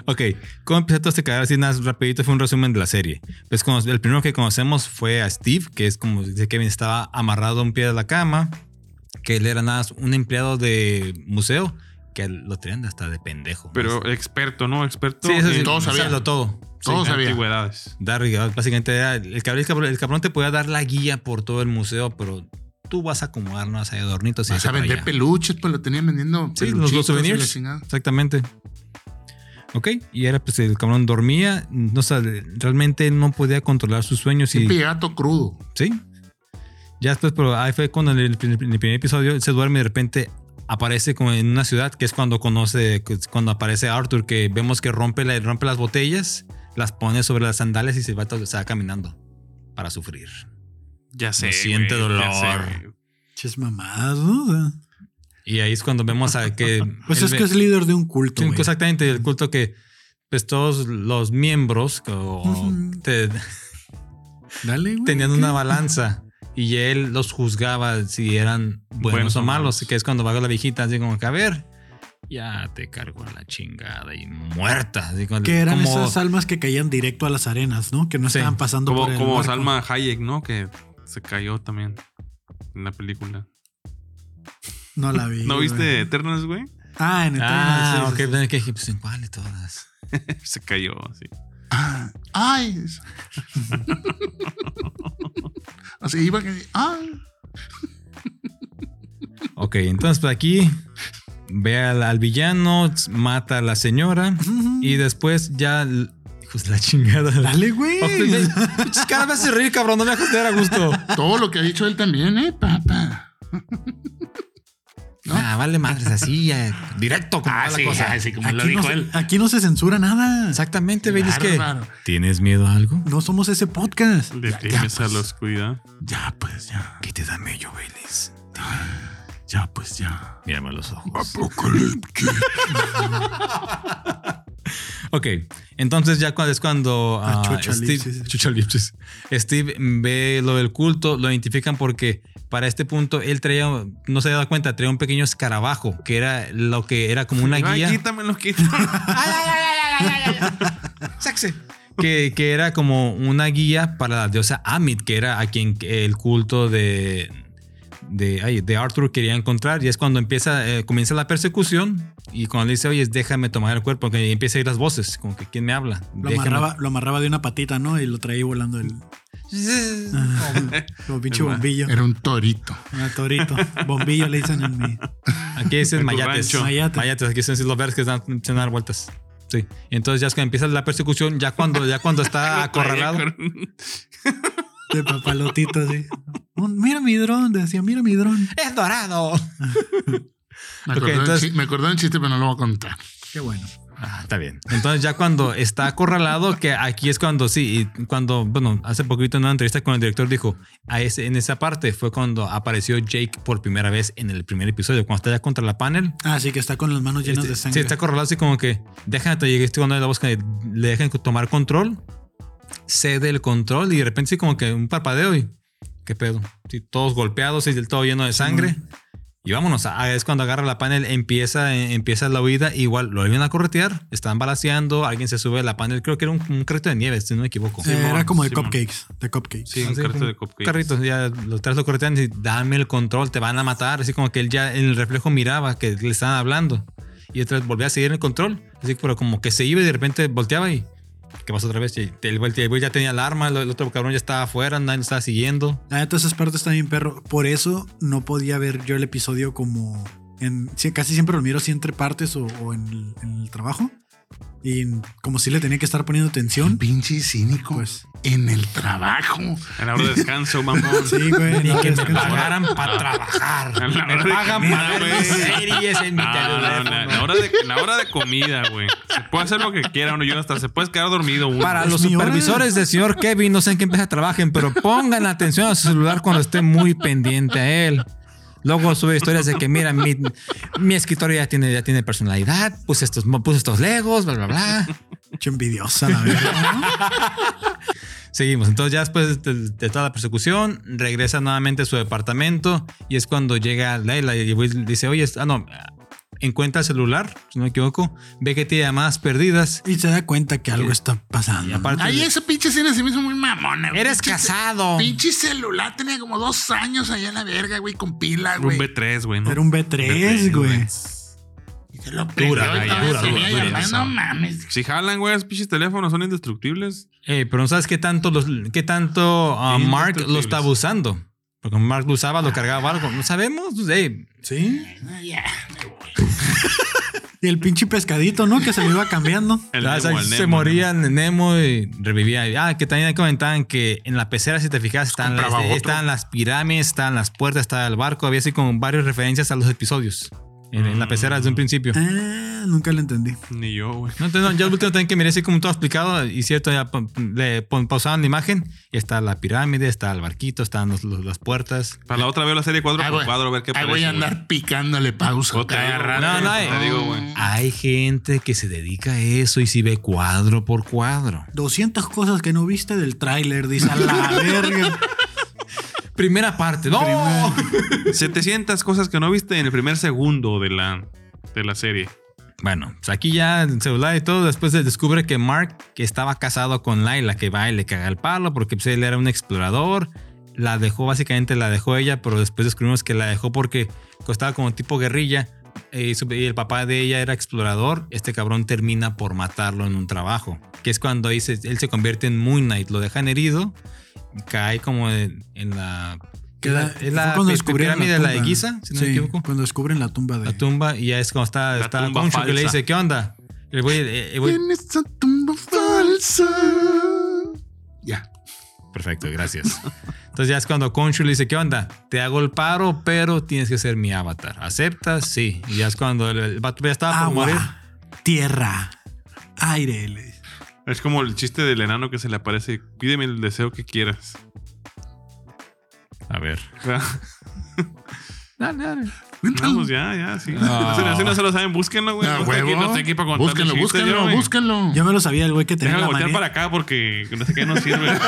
S1: ok. ¿Cómo empezó todo este cadáver? Así, nada, rapidito fue un resumen de la serie. Pues cono- el primero que conocemos fue a Steve, que es como dice Kevin, estaba amarrado a un pie de la cama, que él era nada más un empleado de museo, que lo tenían hasta de pendejo.
S4: Pero experto, ¿no? Experto
S1: sí, eso sí,
S4: en
S2: todo sabía.
S1: saberlo todo. Sí.
S2: Todo sabía.
S4: antigüedades.
S1: Dar, ah, básicamente era el cabrón, el cabrón- el cabrón te podía dar la guía por todo el museo, pero tú vas a acomodar, no vas a ir de adornitos. y
S2: Vas
S1: vete
S2: a
S1: para
S2: vender
S1: allá.
S2: peluches, pues lo tenían vendiendo.
S1: Sí, los- los
S2: peluchitos y la
S1: souvenirs.
S2: chingada.
S1: Exactamente. Ok, y era pues el cabrón dormía, no sabe, realmente no podía controlar sus sueños y
S2: Siempre llegaba todo crudo.
S1: sí. Ya después, pero ahí fue cuando en el, en el primer episodio él se duerme y de repente aparece como en una ciudad que es cuando conoce, que es cuando aparece Arthur, que vemos que rompe, la, rompe las botellas, las pone sobre las sandalias y se va, se va caminando para sufrir.
S4: Ya sé.
S1: siente
S4: güey, ya
S1: dolor.
S4: sé, güey.
S3: Ches mamadas, ¿no? O sea,
S1: Y ahí es cuando vemos a que.
S3: Pues
S1: él
S3: es
S1: ve-
S3: que es líder de un culto.
S1: Sí,
S3: güey.
S1: Exactamente, el culto que pues todos los miembros o-
S3: Ujú.
S1: te-
S3: Dale, güey.
S1: tenían
S3: ¿qué?
S1: una balanza y él los juzgaba si eran buenos,
S4: Buenos
S1: o
S4: o
S1: malos,
S4: malos.
S1: que es cuando va la viejita así como que a ver, ya te cargo a la chingada y muerta. así con-
S3: Que eran
S1: como-
S3: esas almas que caían directo a las arenas, ¿no? Que no
S1: Sí.
S3: estaban pasando por
S4: Como,
S3: el
S4: como
S3: barco.
S4: Salma Hayek, ¿no? Que se cayó también en la película.
S3: No la vi.
S4: ¿No
S3: güey.
S4: viste Eternals, güey?
S3: Ah, en
S1: Ah,
S3: Eternals,
S1: ok,
S3: sí, sí, sí.
S1: pues, que- pues, ¿cuál de todas?
S4: se cayó, sí.
S2: Ah, ay. Así iba que. ah, Ay.
S1: Ok, entonces por aquí ve al, al villano, mata a la señora
S3: Ujú.
S1: y después ya l- hijos de la chingada.
S3: Dale, güey.
S1: Pues, Cada vez se ríe, cabrón, no me dejas de dar a gusto.
S2: Todo lo que ha dicho él también, ¿eh, papá? ¿no?
S1: Ah, vale madres, así, eh, directo con toda la cosa.
S2: sí,
S3: Aquí no, se, aquí no se censura nada.
S1: Exactamente, Bailey, es que
S2: Bárbaro.
S1: ¿Tienes miedo a algo?
S3: No somos ese podcast.
S4: Le
S2: Ya, ya,
S4: temes a
S2: pues.
S4: la oscuridad.
S2: Ya, pues ya.
S1: ¿Qué te da mello, Baileys?
S2: Ya, pues ya.
S1: Mírame a los ojos.
S3: Ah,
S2: Apocalipsis.
S1: Ok, entonces ya cuando es cuando
S3: Ah,
S1: ah,
S3: chuchalipsis.
S1: Steve, chuchalipsis. Steve ve lo del culto, lo identifican porque para este punto él traía, no se había dado cuenta, traía un pequeño escarabajo que era lo que era como una
S4: Ay,
S1: guía.
S4: quítamelo, quítamelo.
S1: Ah, Saxe. Que, que era como una guía para la diosa Amit, que era a quien el culto de, de, ay, de Arthur quería encontrar. Y es cuando empieza, eh, comienza la persecución. Y cuando le dice, oye, déjame tomar el cuerpo, que empieza a ir las voces, como que quién me habla.
S3: Lo
S1: Déjame-
S3: amarraba, lo amarraba de una patita, ¿no? Y lo traía volando el como pinche
S4: Es más,
S3: bombillo.
S2: Era un torito.
S3: Un torito. Bombillo le dicen en mi.
S1: Aquí dicen
S4: En tu
S1: mayates.
S4: rancho.
S1: Mayates. Mayates, aquí dicen así los verdes que están empiezan a dar vueltas. Sí. Entonces ya es cuando empieza la persecución, ya cuando, ya cuando está acorralado.
S3: De papalotito, así. Un- mira mi dron, decía, mira mi dron.
S1: ¡Es dorado!
S2: Me
S1: Ok,
S2: acordó, el
S1: entonces-
S2: chi- me acordó un chiste, pero no lo voy a contar.
S3: Qué bueno.
S1: Ah, está bien. Entonces ya cuando está acorralado, que aquí es cuando sí, y cuando, bueno, hace poquito en una entrevista con el director dijo, a ese, en esa parte fue cuando apareció Jake por primera vez en el primer episodio, cuando está ya contra la panel.
S3: Ah, sí, que está con las manos llenas
S1: este,
S3: de
S1: Sí,
S3: sangre.
S1: está acorralado así como que, déjate, llegué este cuando la búsqueda, le dejan tomar control, cede el control y de repente sí como que un parpadeo y, ¿qué pedo? Sí, todos golpeados y del todo lleno de sangre. Y vámonos, ah, es cuando agarra la panel, empieza, eh, empieza la huida, igual lo vienen a corretear, están balaseando, alguien se sube a la panel, creo que era un, un carrito de nieve, si no me equivoco.
S3: Eh,
S4: Simón,
S3: era como de
S4: Simón.
S3: cupcakes, de cupcakes.
S4: Sí, un
S1: Así
S4: carrito
S1: como
S4: de cupcakes.
S1: Carritos, ya los tres lo corretean y dame el control, te van a matar. Así como que él ya en el reflejo miraba que le estaban hablando. Y otra vez volvía a seguir el control. Así pero como que se iba y de repente volteaba y. ¿Qué pasó otra vez? Y el güey el güey ya tenía el arma, el el otro cabrón ya estaba afuera, nadie lo estaba siguiendo.
S3: La neta, esas partes están bien perro. Por eso no podía ver yo el episodio como. En, sí, casi siempre lo miro así entre partes o, o en, el, en el trabajo. Y en- como si le tenía que estar poniendo
S2: Un
S3: tensión.
S2: pinche cínico
S3: Pues
S2: en el trabajo.
S4: En la hora de descanso, mamón.
S3: sí, güey.
S1: Ni
S3: no,
S1: que
S3: es
S1: me
S3: que-
S1: pagaran para trabajar.
S4: La hora
S1: Me
S4: de
S1: pagan
S4: comida,
S1: para ver
S4: güey.
S1: series en mi
S4: No, no, no,
S1: teléfono.
S4: en la hora de, en la hora de comida, güey. Se puede hacer lo que quiera uno. Yo hasta se puede quedar dormido uno.
S1: Para
S3: Es
S1: los
S3: mi hora.
S1: supervisores del señor Kevin, no sé en qué empresa trabajen, pero pongan atención a su celular cuando esté muy pendiente a él. Luego sube historias de que, mira, mi, mi escritorio ya tiene, ya tiene personalidad, puse estos, puse estos legos, bla, bla, bla.
S3: Pinche envidiosa, la verdad. ¿no?
S1: Seguimos. Entonces ya después de, de toda la persecución, regresa nuevamente a su departamento y es cuando llega Layla y Will dice, oye, ah, no, encuentra el celular, si no me equivoco, ve que tiene llamadas perdidas.
S3: Y se da cuenta que algo
S1: Sí.
S3: está pasando.
S1: Y aparte,
S2: Ahí ese pinche cine se me hizo muy mamona. güey.
S1: eres
S2: Pinche-
S1: casado.
S2: Pinche celular tenía como dos años allá en la verga, güey, con pila,
S4: Era un
S2: güey.
S4: B3, güey. ¿no?
S3: Era un B3, güey.
S2: Y se lo
S1: Dura,
S2: prendió y
S1: ya,
S2: todavía
S1: dura,
S2: seguía
S1: dura, dura,
S2: llamando,
S1: esa.
S2: No mames.
S4: Si jalan, güey, esos pinches teléfonos son indestructibles.
S1: Eh, pero no sabes qué tanto, los, qué tanto ah,
S4: Sí, Ah.
S1: Mark
S4: tantos
S1: lo estaba
S4: libros.
S1: usando. Porque Mark lo usaba, lo cargaba algo. No sabemos. pues, eh,
S3: Sí.
S2: Ah, Ya, me voy.
S3: Y el pinche pescadito, ¿no? Que se lo iba cambiando.
S4: El
S1: o sea,
S4: Nemo, el
S1: se
S4: Nemo, ¿no?
S1: morían en Nemo y revivía. Y, Ah, que también comentaban que en la pecera, si te fijas, están las,
S2: compraba otro.
S1: estaban las pirámides, están las puertas, estaba el barco. Había así como varias referencias a los episodios. en, en la pecera desde un principio.
S3: Ah, nunca lo entendí.
S4: Ni yo, güey.
S1: No, entonces, no, ya el último también que miré así como todo explicado y cierto, ya pa- le pon- pausaban la imagen y está la pirámide, está el barquito, están los- los- las puertas.
S4: Para la otra veo la serie cuadro
S2: Ah,
S4: por
S2: güey.
S4: cuadro a ver qué
S2: Ahí
S4: parece.
S2: voy a
S4: güey.
S2: andar picándole pausa
S4: Otra
S2: cada
S4: vez,
S2: rato.
S1: No, no, eh.
S4: Te digo, güey.
S1: Hay gente que se dedica a eso y si ve cuadro por cuadro.
S3: 200 cosas que no viste del tráiler, dice a la verga.
S1: Primera parte. ¡No!
S4: 700 cosas que no viste en el primer segundo de la, de la serie.
S1: Bueno, pues aquí ya en celular y todo, después se descubre que Mark que estaba casado con Laila, que va y le caga el palo porque pues, él era un explorador. La dejó, básicamente la dejó ella, pero después descubrimos que la dejó porque costaba como tipo guerrilla. eh, Y su- y el papá de ella era explorador. Este cabrón termina por matarlo en un trabajo, que es cuando ahí se- él se convierte en Moon Knight. Lo dejan herido, cae como en, en la.
S3: Que la-
S1: es la
S3: fue cuando
S1: pi-
S3: descubrieron
S1: pirámide de la de
S3: tumba.
S1: Giza, si no me
S3: Sí,
S1: equivoco.
S3: Cuando descubren la tumba de.
S1: La tumba y ya es cuando está,
S4: La
S1: está
S4: tumba
S1: Concho que le
S4: falsa.
S1: dice, ¿qué onda? Y el güey, eh, el güey-
S2: En esa tumba falsa. Ya.
S1: Perfecto, gracias. Entonces ya es cuando Conchu le dice, ¿qué onda? Te hago el paro, pero tienes que ser mi avatar. ¿Aceptas? Sí. Y ya es cuando el, el vato ya estaba por
S3: agua,
S1: morir.
S3: Ah, tierra, aire. le-
S4: Es como el chiste del enano que se le aparece. Pídeme el deseo que quieras.
S1: A ver.
S4: O sea,
S1: Dale, dale.
S4: no, pues ya, ya, sí.
S1: No.
S4: No. se- no se lo saben, búsquenlo, güey.
S2: Ah,
S4: no, está aquí-
S2: huevo.
S4: no está aquí para contar
S2: búsquenlo,
S4: chistes, ya,
S2: búsquenlo,
S4: güey.
S2: búsquenlo.
S3: Yo me lo sabía el güey que tenía
S4: Deja
S3: la
S4: voltear
S3: manía.
S4: para acá porque no sé qué nos sirve.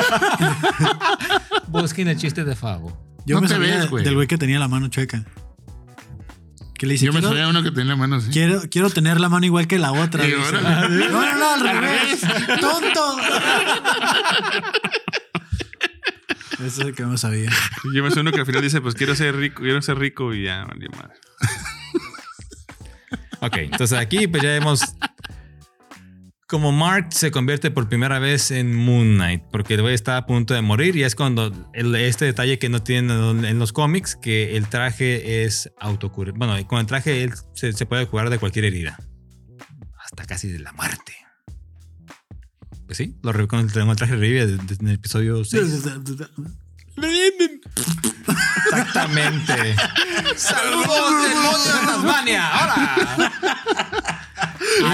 S1: Busquen el chiste de Favo.
S3: Yo
S2: No
S3: me
S2: te
S3: sabía
S2: ves, güey.
S3: del güey que tenía la mano chueca. Que le dice,
S2: Yo me
S3: quiero,
S2: sabía uno que tenía manos. así.
S3: quiero, quiero tener la mano igual que la otra.
S2: Y
S3: dice.
S2: ahora-
S3: No, no, no, al revés. ¡Tonto! Eso es el que no sabía.
S4: Y Yo me sueno que al final dice, pues quiero ser rico, quiero ser rico y ya, valió madre.
S1: Ok, entonces aquí pues ya vemos como Mark se convierte por primera vez en Moon Knight, porque el güey está a punto de morir y es cuando el- este detalle que no tienen en los cómics, que el traje es autocurable. Bueno, con el traje él se, se puede curar de cualquier herida, hasta casi de la muerte. Pues sí, lo revivió con el, con el traje revive de- de- en el episodio 6. Exactamente. ¡Saludos del mundo de Tasmania! ¡Ahora!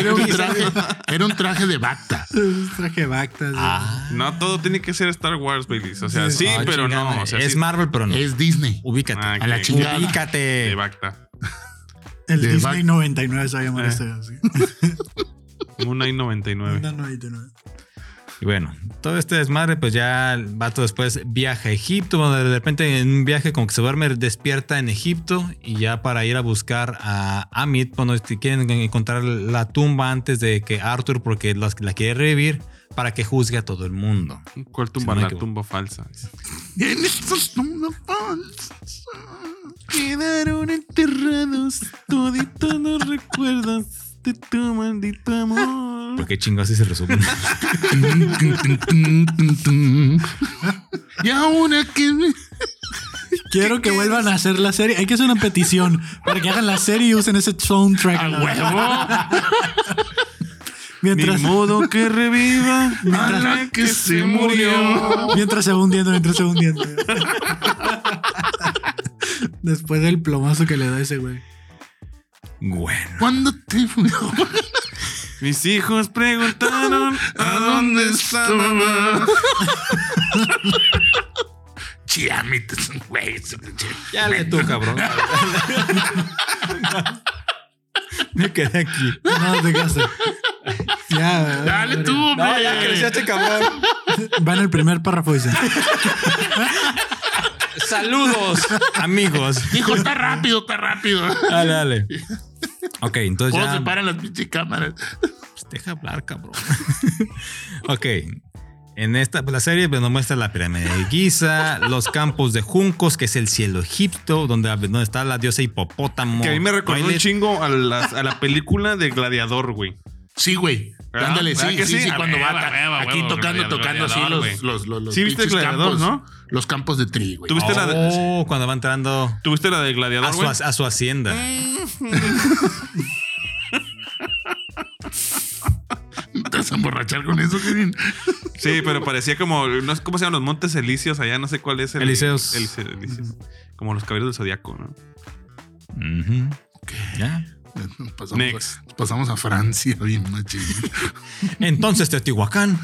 S2: Era un
S1: Aquí se-
S2: traje, era un traje de bata.
S3: Traje Bactas.
S1: Ah.
S4: No todo tiene que ser Star Wars, Baileys. O sea,
S3: Sí,
S4: sí,
S1: Ay,
S4: pero
S1: chingada,
S4: no. O sea,
S1: es
S4: sí,
S1: Marvel, pero no.
S2: Es Disney.
S1: Ubícate.
S4: Ah,
S2: A la
S4: ok.
S2: chingada.
S4: de
S1: Ubícate.
S4: Bacta.
S3: El
S2: de
S3: Disney
S2: Bac-
S3: 99 se llama
S4: Eh.
S3: este. así.
S4: Moon Knight 99.
S3: Una 99.
S1: Y bueno, todo este desmadre, pues ya el vato después viaja a Egipto. Bueno, de repente en un viaje como que se duerme, despierta en Egipto y ya para ir a buscar a Amit, bueno, este, quieren encontrar la tumba antes de que Arthur, porque las- la quiere revivir, para que juzgue a todo el mundo.
S4: ¿Cuál
S1: Si
S4: tumba?
S1: no me
S4: la
S1: equivoco.
S4: tumba falsa.
S2: En esas tumbas falsas quedaron enterrados
S4: Todito no recuerdas de tu maldito
S3: Mm.
S4: amor.
S1: Porque chingados así se resume.
S2: Y ahora que me-
S3: Quiero que vuelvan a hacer la serie. Hay que hacer una petición para que hagan la serie y usen ese soundtrack.
S2: a huevo,
S4: Ni
S3: Mientras,
S4: modo que reviva.
S2: a la que se murió.
S3: mientras se va hundiendo, mientras se va hundiendo. Después del plomazo que le da ese güey.
S1: bueno.
S2: ¿Cuándo te fue?
S4: Mis hijos preguntaron
S2: ¿A dónde está mamá? Chiamitas, güey.
S1: Ya le tú, cabrón. Me quedé aquí.
S3: No te casas. Ya,
S2: Dale tú, hombre.
S1: este cabrón.
S3: Va en el primer párrafo dice.
S1: Saludos, amigos.
S2: Hijo, está rápido, está rápido.
S1: Dale, dale. Ok, entonces
S2: ¿Cómo
S1: ya.
S2: se paran las pinches cámaras?
S1: Pues deja hablar, cabrón. ok. En esta pues, la serie pues, nos muestra la pirámide de Giza, los campos de juncos, que es el cielo egipto, donde, donde está la diosa hipopótamo.
S4: Que a mí me recordó un
S1: Toilet.
S4: chingo a, las- a la película de Gladiador, güey.
S2: Sí, güey.
S4: ¿Verdad?
S2: Ándale, sí,
S4: Ah, ¿Verdad que
S2: sí, sí,
S4: sí? A
S2: cuando
S4: huevo,
S2: va
S4: a huevo, a
S2: aquí
S4: huevo,
S2: tocando,
S4: gladiador,
S2: tocando así
S4: gladiador,
S2: los,
S4: güey.
S2: los, los, los
S4: Sí, viste el
S2: pinches
S4: gladiador,
S2: campos,
S4: ¿no?
S2: Los campos de tri, güey.
S4: ¿Tuviste la-
S1: Oh, cuando va entrando
S4: ¿Tuviste la de
S1: a
S4: Gladiador,
S1: Ah, su,
S4: güey?
S1: a su hacienda.
S2: ¿Te vas a emborrachar con eso, Kevin?
S4: Sí, pero parecía como, no sé cómo se llaman los Montes Elíseos allá, no sé cuál es el.
S1: Elíseos.
S4: Elíse- Elíseos. Como los caballeros del zodiaco, ¿no?
S1: Ujú.
S2: Ok.
S1: ¿Ya?
S2: Nos pasamos,
S4: Next.
S2: A, nos pasamos a Francia, bien machín.
S1: Entonces, Teotihuacán.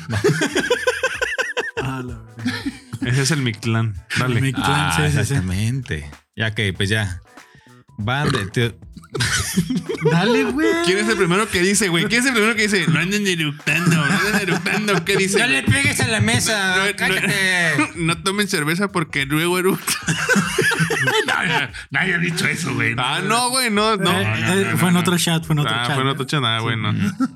S3: Ah, la verdad.
S4: Ese es el Mictlán. Dale.
S3: El Mic- Clan, sí, sí, sí.
S1: exactamente. Ya que, pues ya. Van de Teo-
S3: Dale, güey.
S4: ¿Quién es el primero que dice, güey? ¿Quién es el primero que dice? Lo andan eructando, lo andan eructando. ¿Qué dice? güey?
S1: pegues a la mesa!
S4: No, no, no. No tomen cerveza porque luego eructan.
S2: nadie, nadie ha dicho eso, güey.
S4: Ah, no, güey, no, no.
S3: Eh,
S4: Ah,
S2: no,
S3: eh,
S2: no, no,
S3: fue en
S2: no.
S3: otro chat, fue en otro chat.
S4: fue en otro chat, ah, bueno.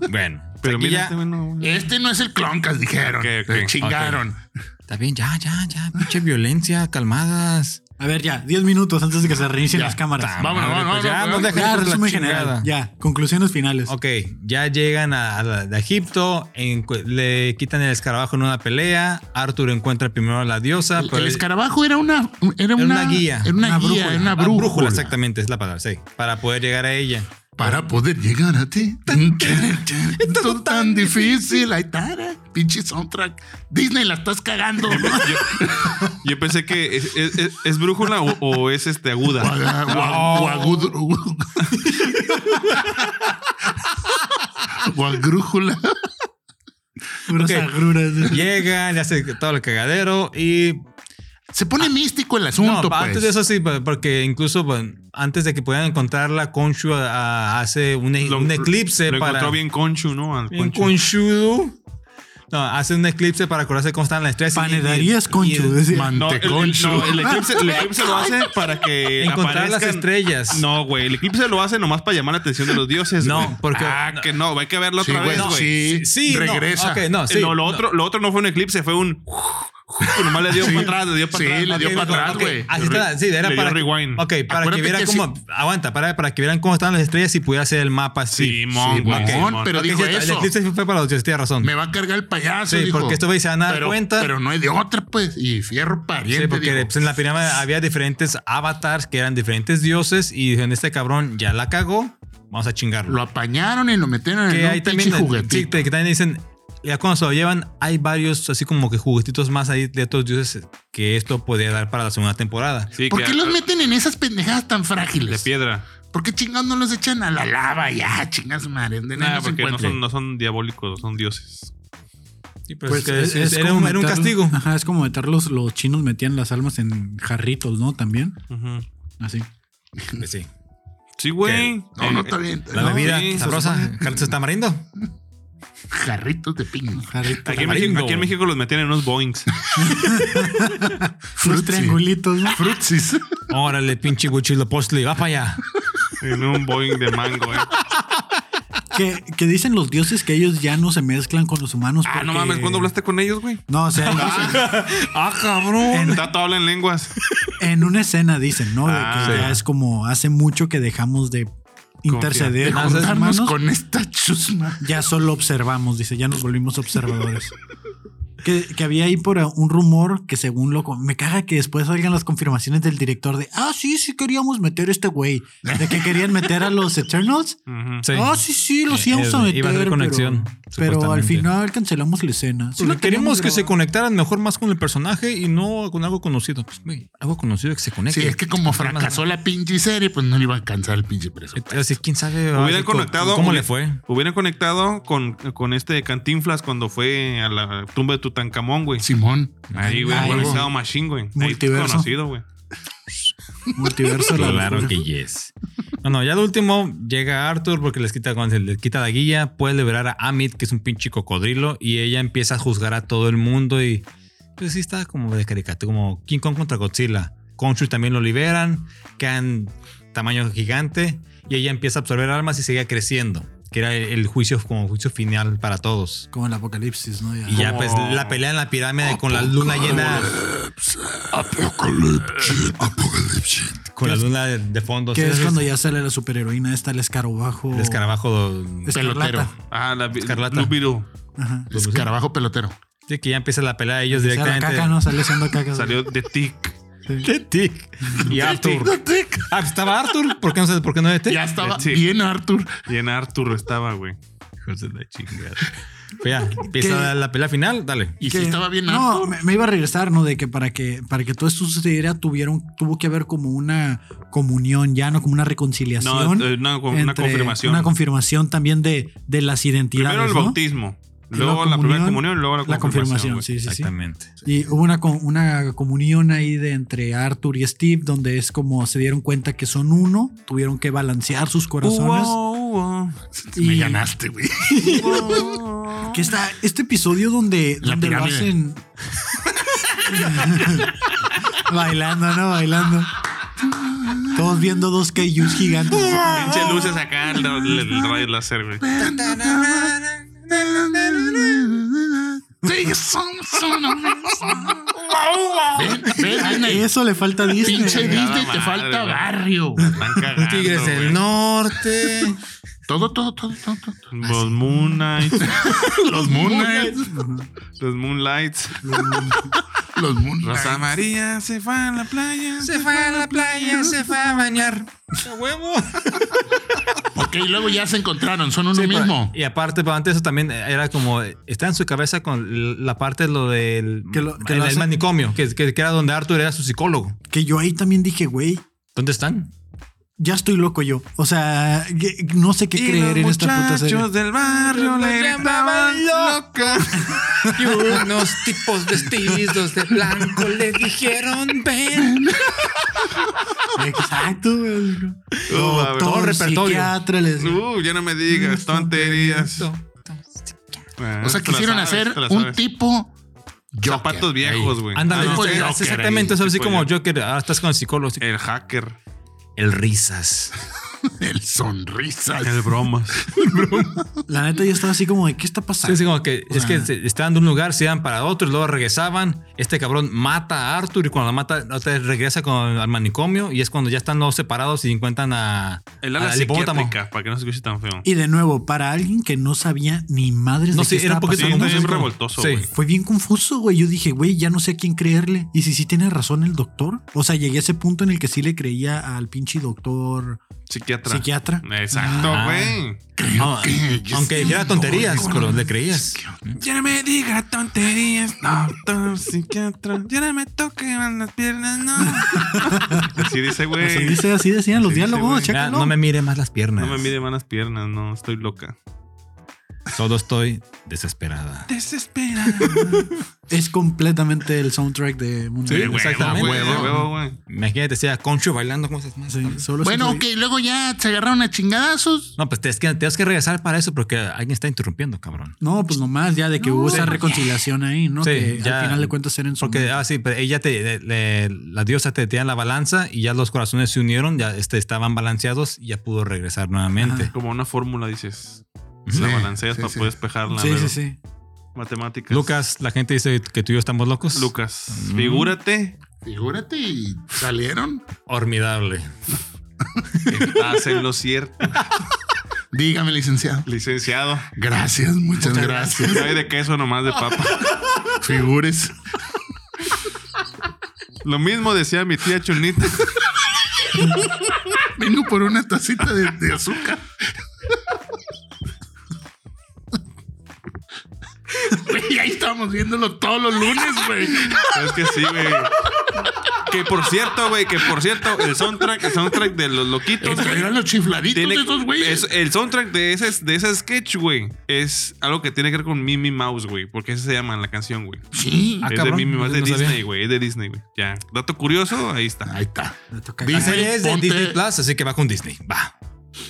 S1: Bueno,
S4: Pero
S1: aquí
S4: mira,
S1: ya-
S4: este, güey, no, güey.
S2: Este no es el cloncas, dijeron.
S4: Ok, ok,
S2: Se chingaron.
S1: Está bien, ya, ya, ya. Pinche violencia, calmadas.
S3: A ver, ya, 10 minutos antes de que se reinicien
S2: Ya,
S3: las cámaras.
S1: Madre,
S2: Vámonos, vámonos,
S1: pues ya,
S2: vámonos.
S1: nos dejan
S3: Ya,
S1: ir por la
S3: resumen general.
S1: chingada.
S3: Ya, conclusiones finales.
S1: Ok, ya llegan a, a- a Egipto, en cu- le quitan el escarabajo en una pelea. Arthur encuentra primero a la diosa.
S2: El,
S4: pues.
S1: pero-
S2: el escarabajo era una, era
S1: Era
S2: una,
S1: una guía.
S2: Era una, guía,
S3: Una brújula.
S2: era una
S1: Ah,
S2: brújula.
S1: exactamente, es la palabra, sí. Para poder llegar a ella.
S2: Para poder llegar a ti. Todo tan difícil. Ahí está. eh. Pinche soundtrack. Disney la estás cagando.
S4: Yo pensé que es, es- es- es brújula o, o es este
S2: O
S4: aguda.
S2: aga- o a- o agudro- O agrújula.
S3: Unas
S1: Ok.
S3: agruras.
S1: Llega, le hace todo el cagadero y
S2: Se pone místico el asunto,
S1: Ah. No,
S2: pues.
S1: antes de eso sí, pa- porque incluso bueno, antes de que pudieran encontrarla, Konshu a- a- hace un, e-
S4: Lo-
S1: un eclipse
S4: Lo
S1: para.
S4: encontró bien conchu, ¿no? Al
S1: bien
S4: conchu.
S1: conchudo. No, hace un eclipse para acordarse cómo están las estrellas. y-
S3: Panaderías
S1: y-
S3: con
S1: y-
S2: Man-
S4: No, el, el-
S2: Conchu.
S4: no, el eclipse, el eclipse lo hace para que
S1: Encontrar las
S4: aparezcan-
S1: estrellas.
S4: No, güey, el eclipse lo hace nomás para llamar la atención de los dioses.
S1: No,
S4: güey.
S1: porque-
S4: Ah, que no, hay que verlo
S2: Sí,
S4: otra
S2: güey,
S4: vez,
S2: no,
S4: güey.
S2: sí,
S1: Sí, no,
S2: regresa.
S1: ok, no, sí.
S4: Ah, Eh, no, lo, Otro, lo otro no fue un eclipse, fue un. que nomás le dio
S2: Sí.
S4: para atrás, le dio para
S2: Sí,
S4: atrás.
S2: le dio
S1: Ok,
S2: para
S1: ok,
S2: atrás,
S1: ok.
S2: güey.
S1: Así está, sí, era
S4: Le dio
S1: para. que-
S4: rewind.
S1: Ok, para
S2: Acuérdate
S1: que vieran
S2: que
S1: cómo. Aguanta, para, para que vieran cómo están las estrellas y pudiera hacer el mapa así.
S4: Simón, güey.
S2: Simón,
S4: Simón.
S2: pero
S1: Ok,
S2: dijo
S1: cierto, El
S2: eso.
S1: eclipse fue para los dioses, tiene razón.
S2: Me va a cargar el payaso.
S1: Sí,
S2: dijo.
S1: porque estos güeyes se van a dar
S2: Pero-
S1: cuenta.
S2: Pero no hay de otra, pues. Y fierro pariente.
S1: Sí, porque
S2: dijo.
S1: pues, en la pirámide había diferentes avatars que eran diferentes dioses y dijeron, este cabrón ya la cagó, vamos a
S2: Lo
S1: chingarlo.
S2: apañaron y lo metieron
S1: que
S2: en
S1: ahí
S2: un
S1: también,
S2: Ah, pinche
S1: sí,
S2: juguetito.
S1: que también dicen, ya cuando se lo llevan, hay varios así como que juguetitos más ahí de otros dioses que esto podría dar para la segunda temporada.
S4: Sí,
S2: ¿Por
S4: que-
S2: qué los meten en esas pendejadas tan
S4: De
S2: frágiles?
S4: piedra.
S2: ¿Por qué chingados no los echan a la lava ya? Chingas madre. De
S4: Nah,
S2: nada se
S4: porque no
S2: encuentren.
S4: son, no son diabólicos, son dioses.
S1: Sí, pues,
S3: Pues
S1: que
S3: es-
S1: es-
S3: es
S1: era,
S3: como
S1: un, Ah. era un
S3: meter-
S1: castigo.
S3: Ajá, es como meter los, los chinos metían las almas en jarritos, ¿no? También.
S4: Ujú.
S3: Así.
S1: Pues sí.
S4: Sí, güey. Eh,
S2: No, no está bien.
S1: La
S2: No,
S1: bebida
S4: sí, se
S1: sabrosa, Carlos está marindo.
S2: Jarritos de piña.
S3: Jarritos.
S4: Aquí en,
S1: Tamarindo.
S4: México, aquí en México los metían en unos boings.
S3: Unos triangulitos, ¿no?
S2: Frutsis.
S1: Órale, pinche guchilo postle, va para allá.
S4: en un boing de mango, eh.
S3: que, que dicen los dioses que ellos ya no se mezclan con los humanos.
S4: Ah, no
S3: porque-
S4: mames, ¿cuándo hablaste con ellos, güey?
S3: No, o sea, ellos-
S1: Ah, cabrón.
S4: Tato habla en lenguas.
S3: en una escena dicen, ¿no? De que
S4: Ah,
S3: ya
S4: sí.
S3: es como hace mucho que dejamos de interceder con los
S2: Juntarnos
S3: humanos.
S2: con esta chusma.
S3: Ya solo observamos, dice, ya nos volvimos observadores. Que, que había ahí por un rumor que según lo... con- Me caga que después salgan las confirmaciones del director de, ah, sí, sí queríamos meter a este güey. De que querían meter a los Eternals.
S4: Ujú.
S1: Sí.
S3: Ah, sí, sí, los
S1: Eh,
S3: íbamos a
S1: eh,
S3: meter.
S1: iba a haber
S3: pero-
S1: conexión,
S3: Pero, al
S1: supuestamente.
S3: final cancelamos la escena.
S1: Si
S3: Sí la
S1: queremos
S3: teníamos
S1: que se
S3: grabada.
S1: conectaran mejor más con el personaje y no con algo conocido. Pues, güey, algo conocido que se conecte.
S2: Sí, es que como fracasó la pinche serie, pues no le iba a alcanzar el pinche preso.
S1: Así, quién sabe. a
S4: Hubieran
S1: ver, ¿cómo-
S4: conectado.
S1: ¿Cómo
S4: hubi-
S1: le fue?
S4: Hubieran conectado con, con este Cantinflas cuando fue a la tumba de Tutankamón, güey.
S2: Simón.
S4: Ahí, güey,
S3: Ay,
S4: hubiera estado Machine, güey. Ahí
S3: Multiverso.
S4: Conocido, güey.
S3: Multiverso. de la locura.
S1: yes. Bueno, ya de último llega Arthur porque les quita, cuando se les quita la guía, puede liberar a Amit, que es un pinche cocodrilo, y ella empieza a juzgar a todo el mundo y pues sí está como de caricatura, como King Kong contra Godzilla. Konshu también lo liberan, quedan tamaño gigante y ella empieza a absorber almas y sigue creciendo, que era el, el juicio como juicio final para todos.
S3: Como el apocalipsis, ¿no? Ya.
S1: Y ya
S4: Como-
S1: pues la pelea en la pirámide con la luna llena,
S2: Apocalipsis. Apocalipsis.
S1: con la luna de, de fondo,
S3: que es
S1: ¿sí?
S3: cuando ya sale la superheroína esta, el escarabajo.
S1: el escarabajo
S3: escarlata.
S2: Pelotero.
S4: Ah, la
S1: Escarlata.
S4: Blue Beetle.
S3: Ajá.
S2: Escarabajo pelotero.
S1: Sí, que ya empieza la pelea de ellos
S3: O sea, la
S1: Pues directamente.
S3: caca, ¿no? Sale siendo caca.
S4: Salió de Tic.
S3: Sí.
S1: De Tic. Y Arthur. Ah, pues estaba Arthur. ¿Por qué no, sé- por qué no de Tic?
S2: Ya estaba
S4: Sí.
S2: bien, Arthur.
S4: Y en Arthur estaba, güey. Hijos de la chingada.
S1: Pues ya, empieza la, la pelea final, dale.
S2: Y
S3: Que-
S2: si estaba bien
S3: No,
S2: harto.
S3: me, me iba a regresar, ¿no? De que para que para que todo esto sucediera tuvieron, tuvo que haber como una comunión ya, ¿no? Como una
S4: No, eh,
S3: reconciliación.
S4: una, una
S3: entre-
S4: confirmación.
S3: Una confirmación también de, de las identidades.
S4: Primero el
S3: ¿no?
S4: bautismo,
S3: Y
S4: luego la, primera comunión, luego la
S3: La confirmación,
S4: confirmación.
S3: sí, sí, sí.
S1: Exactamente.
S3: Y hubo una, co- una comunión ahí de entre Arthur y Steve, donde es como se dieron cuenta que son uno, tuvieron que balancear sus
S4: güey.
S3: corazones.
S4: Uo,
S2: pues, Me
S3: y-
S2: ganaste, güey.
S4: uo, uo.
S3: Que está este episodio donde,
S2: La
S3: donde lo
S2: pirámide.
S3: hacen. Bailando, ¿no? Bailando. Todos viendo dos Kaijus gigantes.
S4: Pinche luces acá, el, el- el rayo láser, güey.
S2: Sí, son, son, son. Ven, ven, Disney.
S3: Eso le falta a Disney.
S2: Pinche
S3: güey.
S2: Disney,
S4: Nada
S2: te
S4: madre,
S2: falta
S4: güey.
S2: barrio.
S4: Están cagando,
S1: Tigres
S4: güey.
S1: del Norte.
S2: Todo, todo, todo, todo. todo.
S4: Los Moon Knights,
S2: Los Moon Knights.
S4: los Moonlights.
S2: Los Moon
S4: Rosa
S2: Knights.
S4: María se fue a la playa.
S1: Se fue a la playa, se fue a bañar. ¡A huevo!
S2: Ok, y luego ya se encontraron, son uno
S1: Sí, pero-
S2: mismo.
S1: Y aparte, pero antes eso también era como. eh, Está en su cabeza con l- la parte de lo del.
S3: Que lo- que
S1: el,
S3: lo
S1: el
S3: hace-
S1: manicomio, que, que- que era donde Arthur era su psicólogo.
S3: Que yo ahí también dije, güey,
S1: ¿Dónde están?
S3: ya estoy loco yo. O sea, que- no sé qué
S4: Y
S3: creer
S4: los
S3: en esta puta serie.
S4: muchachos del barrio le gritaban loca.
S1: Y unos tipos vestidos de blanco le dijeron: ven.
S3: Exacto, güey.
S4: Uh, a ver.
S3: Todo
S1: el repertorio.
S3: psiquiatra les-
S4: Uh, ya no me digas, tonterías. Ah,
S2: O sea,
S4: te la
S2: quisieron
S4: sabes,
S2: hacer
S4: te la
S2: un
S4: sabes.
S2: tipo. Joker.
S4: Zapatos viejos,
S2: Ahí.
S4: güey.
S1: Ándale,
S2: Ah,
S1: es-
S2: no,
S1: es-
S2: tipo
S1: es
S4: Joker
S1: exactamente
S4: ahí,
S1: eso, así
S4: tipo
S1: como
S4: Joker.
S1: Joker. Ahora estás con el psicólogo. así-
S4: El hacker.
S1: El risas.
S2: El sonrisas.
S4: El bromas.
S3: La neta, yo estaba así como de, ¿qué está
S1: Sí,
S3: pasando?
S1: es como que, es que
S3: Ajá.
S1: se- estaban de un lugar, se iban para otro, y luego regresaban. Este cabrón mata a Arthur y cuando la mata, otra vez regresa con- al manicomio y es cuando ya están los separados y encuentran a.
S4: El
S1: al
S4: ala
S1: hipopótamo.
S4: psiquiátrica, para que no se escuche tan feo.
S3: Y de nuevo, para alguien que no sabía ni madres
S1: No
S3: de
S1: sé,
S3: qué
S1: era un
S3: estaba
S1: poquito
S4: Sí,
S3: pasando,
S1: confuso,
S4: bien
S1: es como-
S4: revoltoso,
S1: Sí.
S4: güey.
S3: fue bien confuso, güey. Yo dije, güey, ya no sé a quién creerle. Y si sí tiene razón el doctor. O sea, llegué a ese punto en el que sí le creía al pinche doctor
S4: Psiquiatra.
S3: psiquiatra.
S4: Exacto,
S1: Ah.
S4: güey.
S1: No, aunque era tonterías, pero le creías.
S4: Ya no me diga tonterías, doctor psiquiatra. Ya no me toquen las piernas, no. Así dice,
S3: Así,
S4: güey.
S3: dice, así decían los
S4: Sí, sí,
S3: diálogos,
S4: güey.
S1: Ya,
S3: chécalo.
S1: no me mire más las piernas.
S4: No me mire malas piernas, no, estoy loca.
S1: Solo estoy desesperada.
S4: Desesperada.
S3: Es completamente el soundtrack de Moon
S1: Sí,
S3: Knight.
S1: güey. exactamente.
S4: Huevo, de huevo, güey.
S1: Imagínate, sea Concho bailando cosas más.
S3: Sí, solo
S2: Bueno, ok,
S3: siento-
S2: luego ya se agarraron a chingadazos.
S1: No, pues te, es que, tienes que regresar para eso porque alguien está interrumpiendo, cabrón.
S3: No, pues nomás ya de que hubo esa reconciliación ahí, ¿no?
S1: Sí,
S3: que
S1: ya-
S3: al final de cuentas eran su
S1: Porque, ah, sí, pero ella te, le- le- la diosa te tenía la balanza y ya los corazones se unieron, ya este, estaban balanceados y ya pudo regresar nuevamente.
S4: Como una fórmula, dices.
S1: Ujú.
S4: la balanceas pues.
S2: sí,
S4: para
S2: sí.
S4: poder despejarla.
S3: Sí, sí,
S4: pero
S3: sí.
S4: Matemáticas.
S1: Lucas, la gente dice que tú y yo estamos locos.
S4: Lucas.
S1: Mm.
S4: Figúrate
S2: Figúrate y salieron.
S1: Formidable.
S4: que estás en lo cierto.
S2: Dígame, licenciado.
S4: Licenciado.
S2: Gracias, muchas, gracias.
S4: No hay de queso nomás de papa.
S2: Figures.
S4: Lo mismo decía mi tía Chunita.
S2: Vengo por una tacita de, de azúcar. Güey, ahí estábamos viéndolo todos los lunes, güey.
S4: Es que sí, güey. Que por cierto, güey, que por cierto, el soundtrack, el soundtrack de los loquitos. güey,
S2: Eran los chifladitos
S4: tiene-
S2: de esos güeyes.
S4: es- el soundtrack de ese, de ese sketch, güey, es algo que tiene que ver con Mimi Mouse, güey, porque esa se llama la canción, güey.
S2: Sí.
S1: Ah,
S4: es
S1: cabrón,
S4: de Mimi Mouse, de
S1: no sabía. Ah,
S4: Disney, güey, es de Disney, güey. Ya, dato curioso, ahí está.
S2: Ahí está.
S3: Me toca-
S1: La
S2: Dice-
S1: serie es de
S2: ponte-
S1: Disney Plus, así que va con Disney. Va.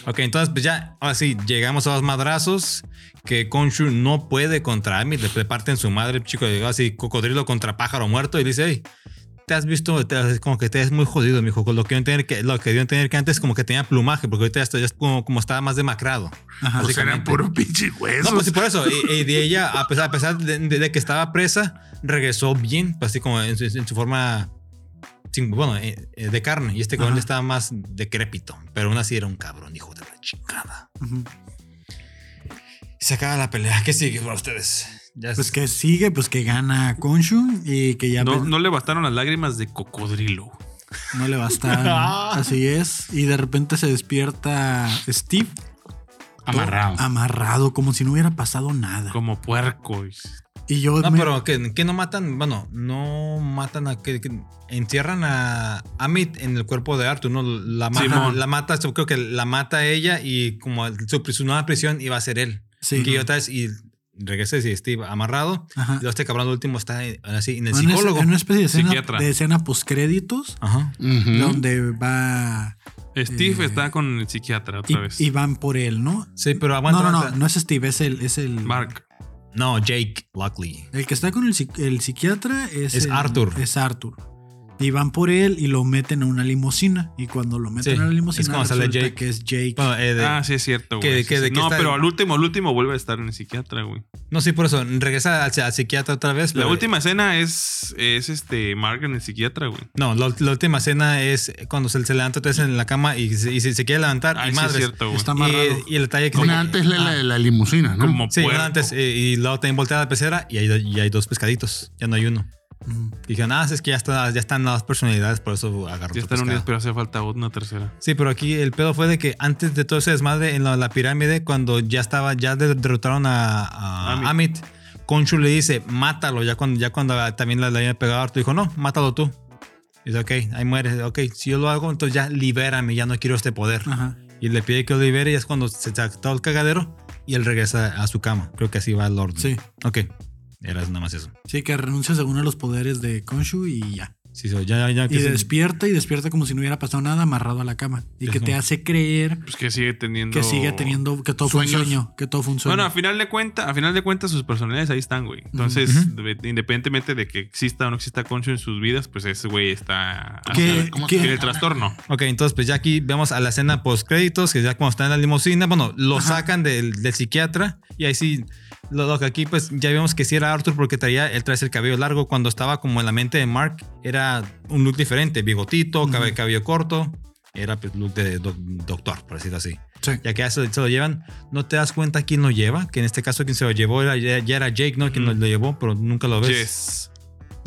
S1: Ok, entonces pues ya, ahora sí, llegamos a los madrazos que Konshu no puede contra Amy, le parten su madre, chico, llegó así, cocodrilo contra pájaro muerto y le dice, hey, te has visto, te has- como que te es muy jodido, mijo, con lo que dio a entender que, lo que dio a entender que antes como que tenía plumaje, porque ahorita ya está- ya es como, como estaba más demacrado.
S3: Ajá.
S2: Pues eran
S1: básicamente.
S2: puro pinche hueso.
S1: No, pues sí, por eso. Y, y de ella, a pesar, a pesar de, de- de que estaba presa, regresó bien, pues, así como en su, en su forma, sin- bueno, eh, eh, de carne. Y este cabrón
S3: Ajá.
S1: estaba más decrépito, pero aún así era un cabrón, hijo de la chingada.
S3: Ujú.
S1: Se acaba la pelea. ¿Qué sigue para ustedes? Ya
S3: Pues
S1: es-
S3: que sigue, pues que gana Konshu y que ya
S4: No,
S3: pues,
S4: no le bastaron las lágrimas de cocodrilo.
S3: no le bastaron. Así es. Y de repente se despierta Steve
S1: Ah.
S2: Amarrado.
S3: amarrado, como si no hubiera pasado nada.
S4: Como puerco.
S3: Y yo,
S1: No,
S3: me-
S1: pero que, que no matan, bueno, no matan a que, que entierran a Amit en el cuerpo de Arthur, ¿no? La mata,
S4: Simón.
S1: la mata, yo creo que la mata ella y como el- su, su nueva prisión iba a ser él.
S3: sí. Ah.
S1: Que otra vez, y regresa y Steve amarrado.
S3: Ajá.
S1: Y luego este cabrón último está en- así en el
S3: En una-
S1: psicólogo.
S3: En una especie de escena,
S4: Psiquiatra.
S3: de escena postcréditos,
S1: Ajá.
S2: Ujú.
S3: donde va
S4: Steve
S3: Eh,
S4: está con el psiquiatra otra vez.
S3: y, y van por él, ¿no?
S1: Sí, pero aguanta.
S3: No, no, no,
S1: aguanta.
S3: no es Steve, es el, es el
S4: Mark.
S1: No, Jake Lockley.
S3: El que está con el, psiqui- el psiquiatra es,
S1: Es
S3: el-
S1: Arthur.
S3: Es Arthur. Y van por él y lo meten a una limusina. Y cuando lo meten
S1: Sí,
S3: a la
S1: es
S3: limusina,
S1: cuando sale
S3: resulta
S1: Jake.
S3: que es Jake.
S1: Bueno, eh, de-
S4: Ah, sí, es cierto,
S1: que-
S4: güey.
S1: que- de que
S4: no,
S1: está-
S4: pero al último, al último vuelve a estar en el psiquiatra, güey.
S1: No, sí, por eso. Regresa al, al psiquiatra otra vez.
S4: La
S1: pero-
S4: última escena es, es este Mark en el psiquiatra, güey.
S1: No, la, la última escena es cuando se, se levanta otra vez en la cama y, se, y se, se quiere levantar.
S4: Ah,
S1: y
S4: sí es
S1: madres.
S4: cierto, güey.
S3: Está amarrado.
S1: y, y el detalle que.
S2: Una antes la,
S1: Ah,
S2: la, la limusina, ¿no?
S4: Como
S1: Sí,
S4: puerco.
S1: una antes. eh, Y luego también voltea la pecera y hay, do- y hay dos pescaditos. Ya no hay uno.
S3: Mm.
S1: Dijeron, ah, es que ya, está, ya están las personalidades, por eso agarró otro
S4: Ya están
S1: pescado.
S4: unidos, pero hace falta una tercera.
S1: Sí, pero aquí el pedo fue de que antes de todo ese desmadre en la, la pirámide, cuando ya estaba, ya de- derrotaron a, a Amit, Conchu le dice, mátalo. Ya cuando, ya cuando también la, la había pegado a Arthur, dijo, no, mátalo tú. Dice, ok, ahí mueres. Ok, si yo lo hago, entonces ya libérame, ya no quiero este poder.
S3: Ajá.
S1: Y le pide que lo libere y es cuando se saca todo el cagadero y él regresa a su cama. Creo que así va el orden.
S3: Sí.
S1: Ok, era nada más eso.
S3: Sí, que renuncia según a los poderes de Konshu y ya.
S1: Sí, so, ya, ya, ya
S3: Y
S1: que se-
S3: despierta y despierta como si no hubiera pasado nada amarrado a la cama. Y que
S1: Ujú.
S3: te hace creer
S4: Pues que sigue teniendo.
S3: que sigue teniendo, que todo fue un
S2: Sueños.
S3: sueño, que todo fue un sueño.
S4: Bueno, a final de cuentas, a final de cuentas, sus personalidades ahí están, güey. Entonces, de- independientemente de que exista o no exista Concho en sus vidas, pues ese güey está
S3: que,
S2: ¿cómo
S3: que-
S4: tiene el trastorno.
S1: Ok, entonces pues ya aquí vemos a la escena post créditos, que ya cuando está en la limusina, bueno, lo
S3: Ajá.
S1: sacan del, del psiquiatra y ahí sí, lo, lo que aquí pues ya vimos que sí era Arthur porque traía, él trae el cabello largo, cuando estaba como en la mente de Mark era un look diferente, bigotito, cabe- cabello,
S3: Ujú.
S1: corto, era pues look de doc- doctor, por decirlo así.
S3: sí.
S1: Ya que ya se, se lo llevan, no te das cuenta quién lo lleva, que en este caso quien se lo llevó era, ya, ya era Jake, ¿no? Quien
S4: Ujú.
S1: lo, lo llevó, pero nunca lo ves.
S4: Yes.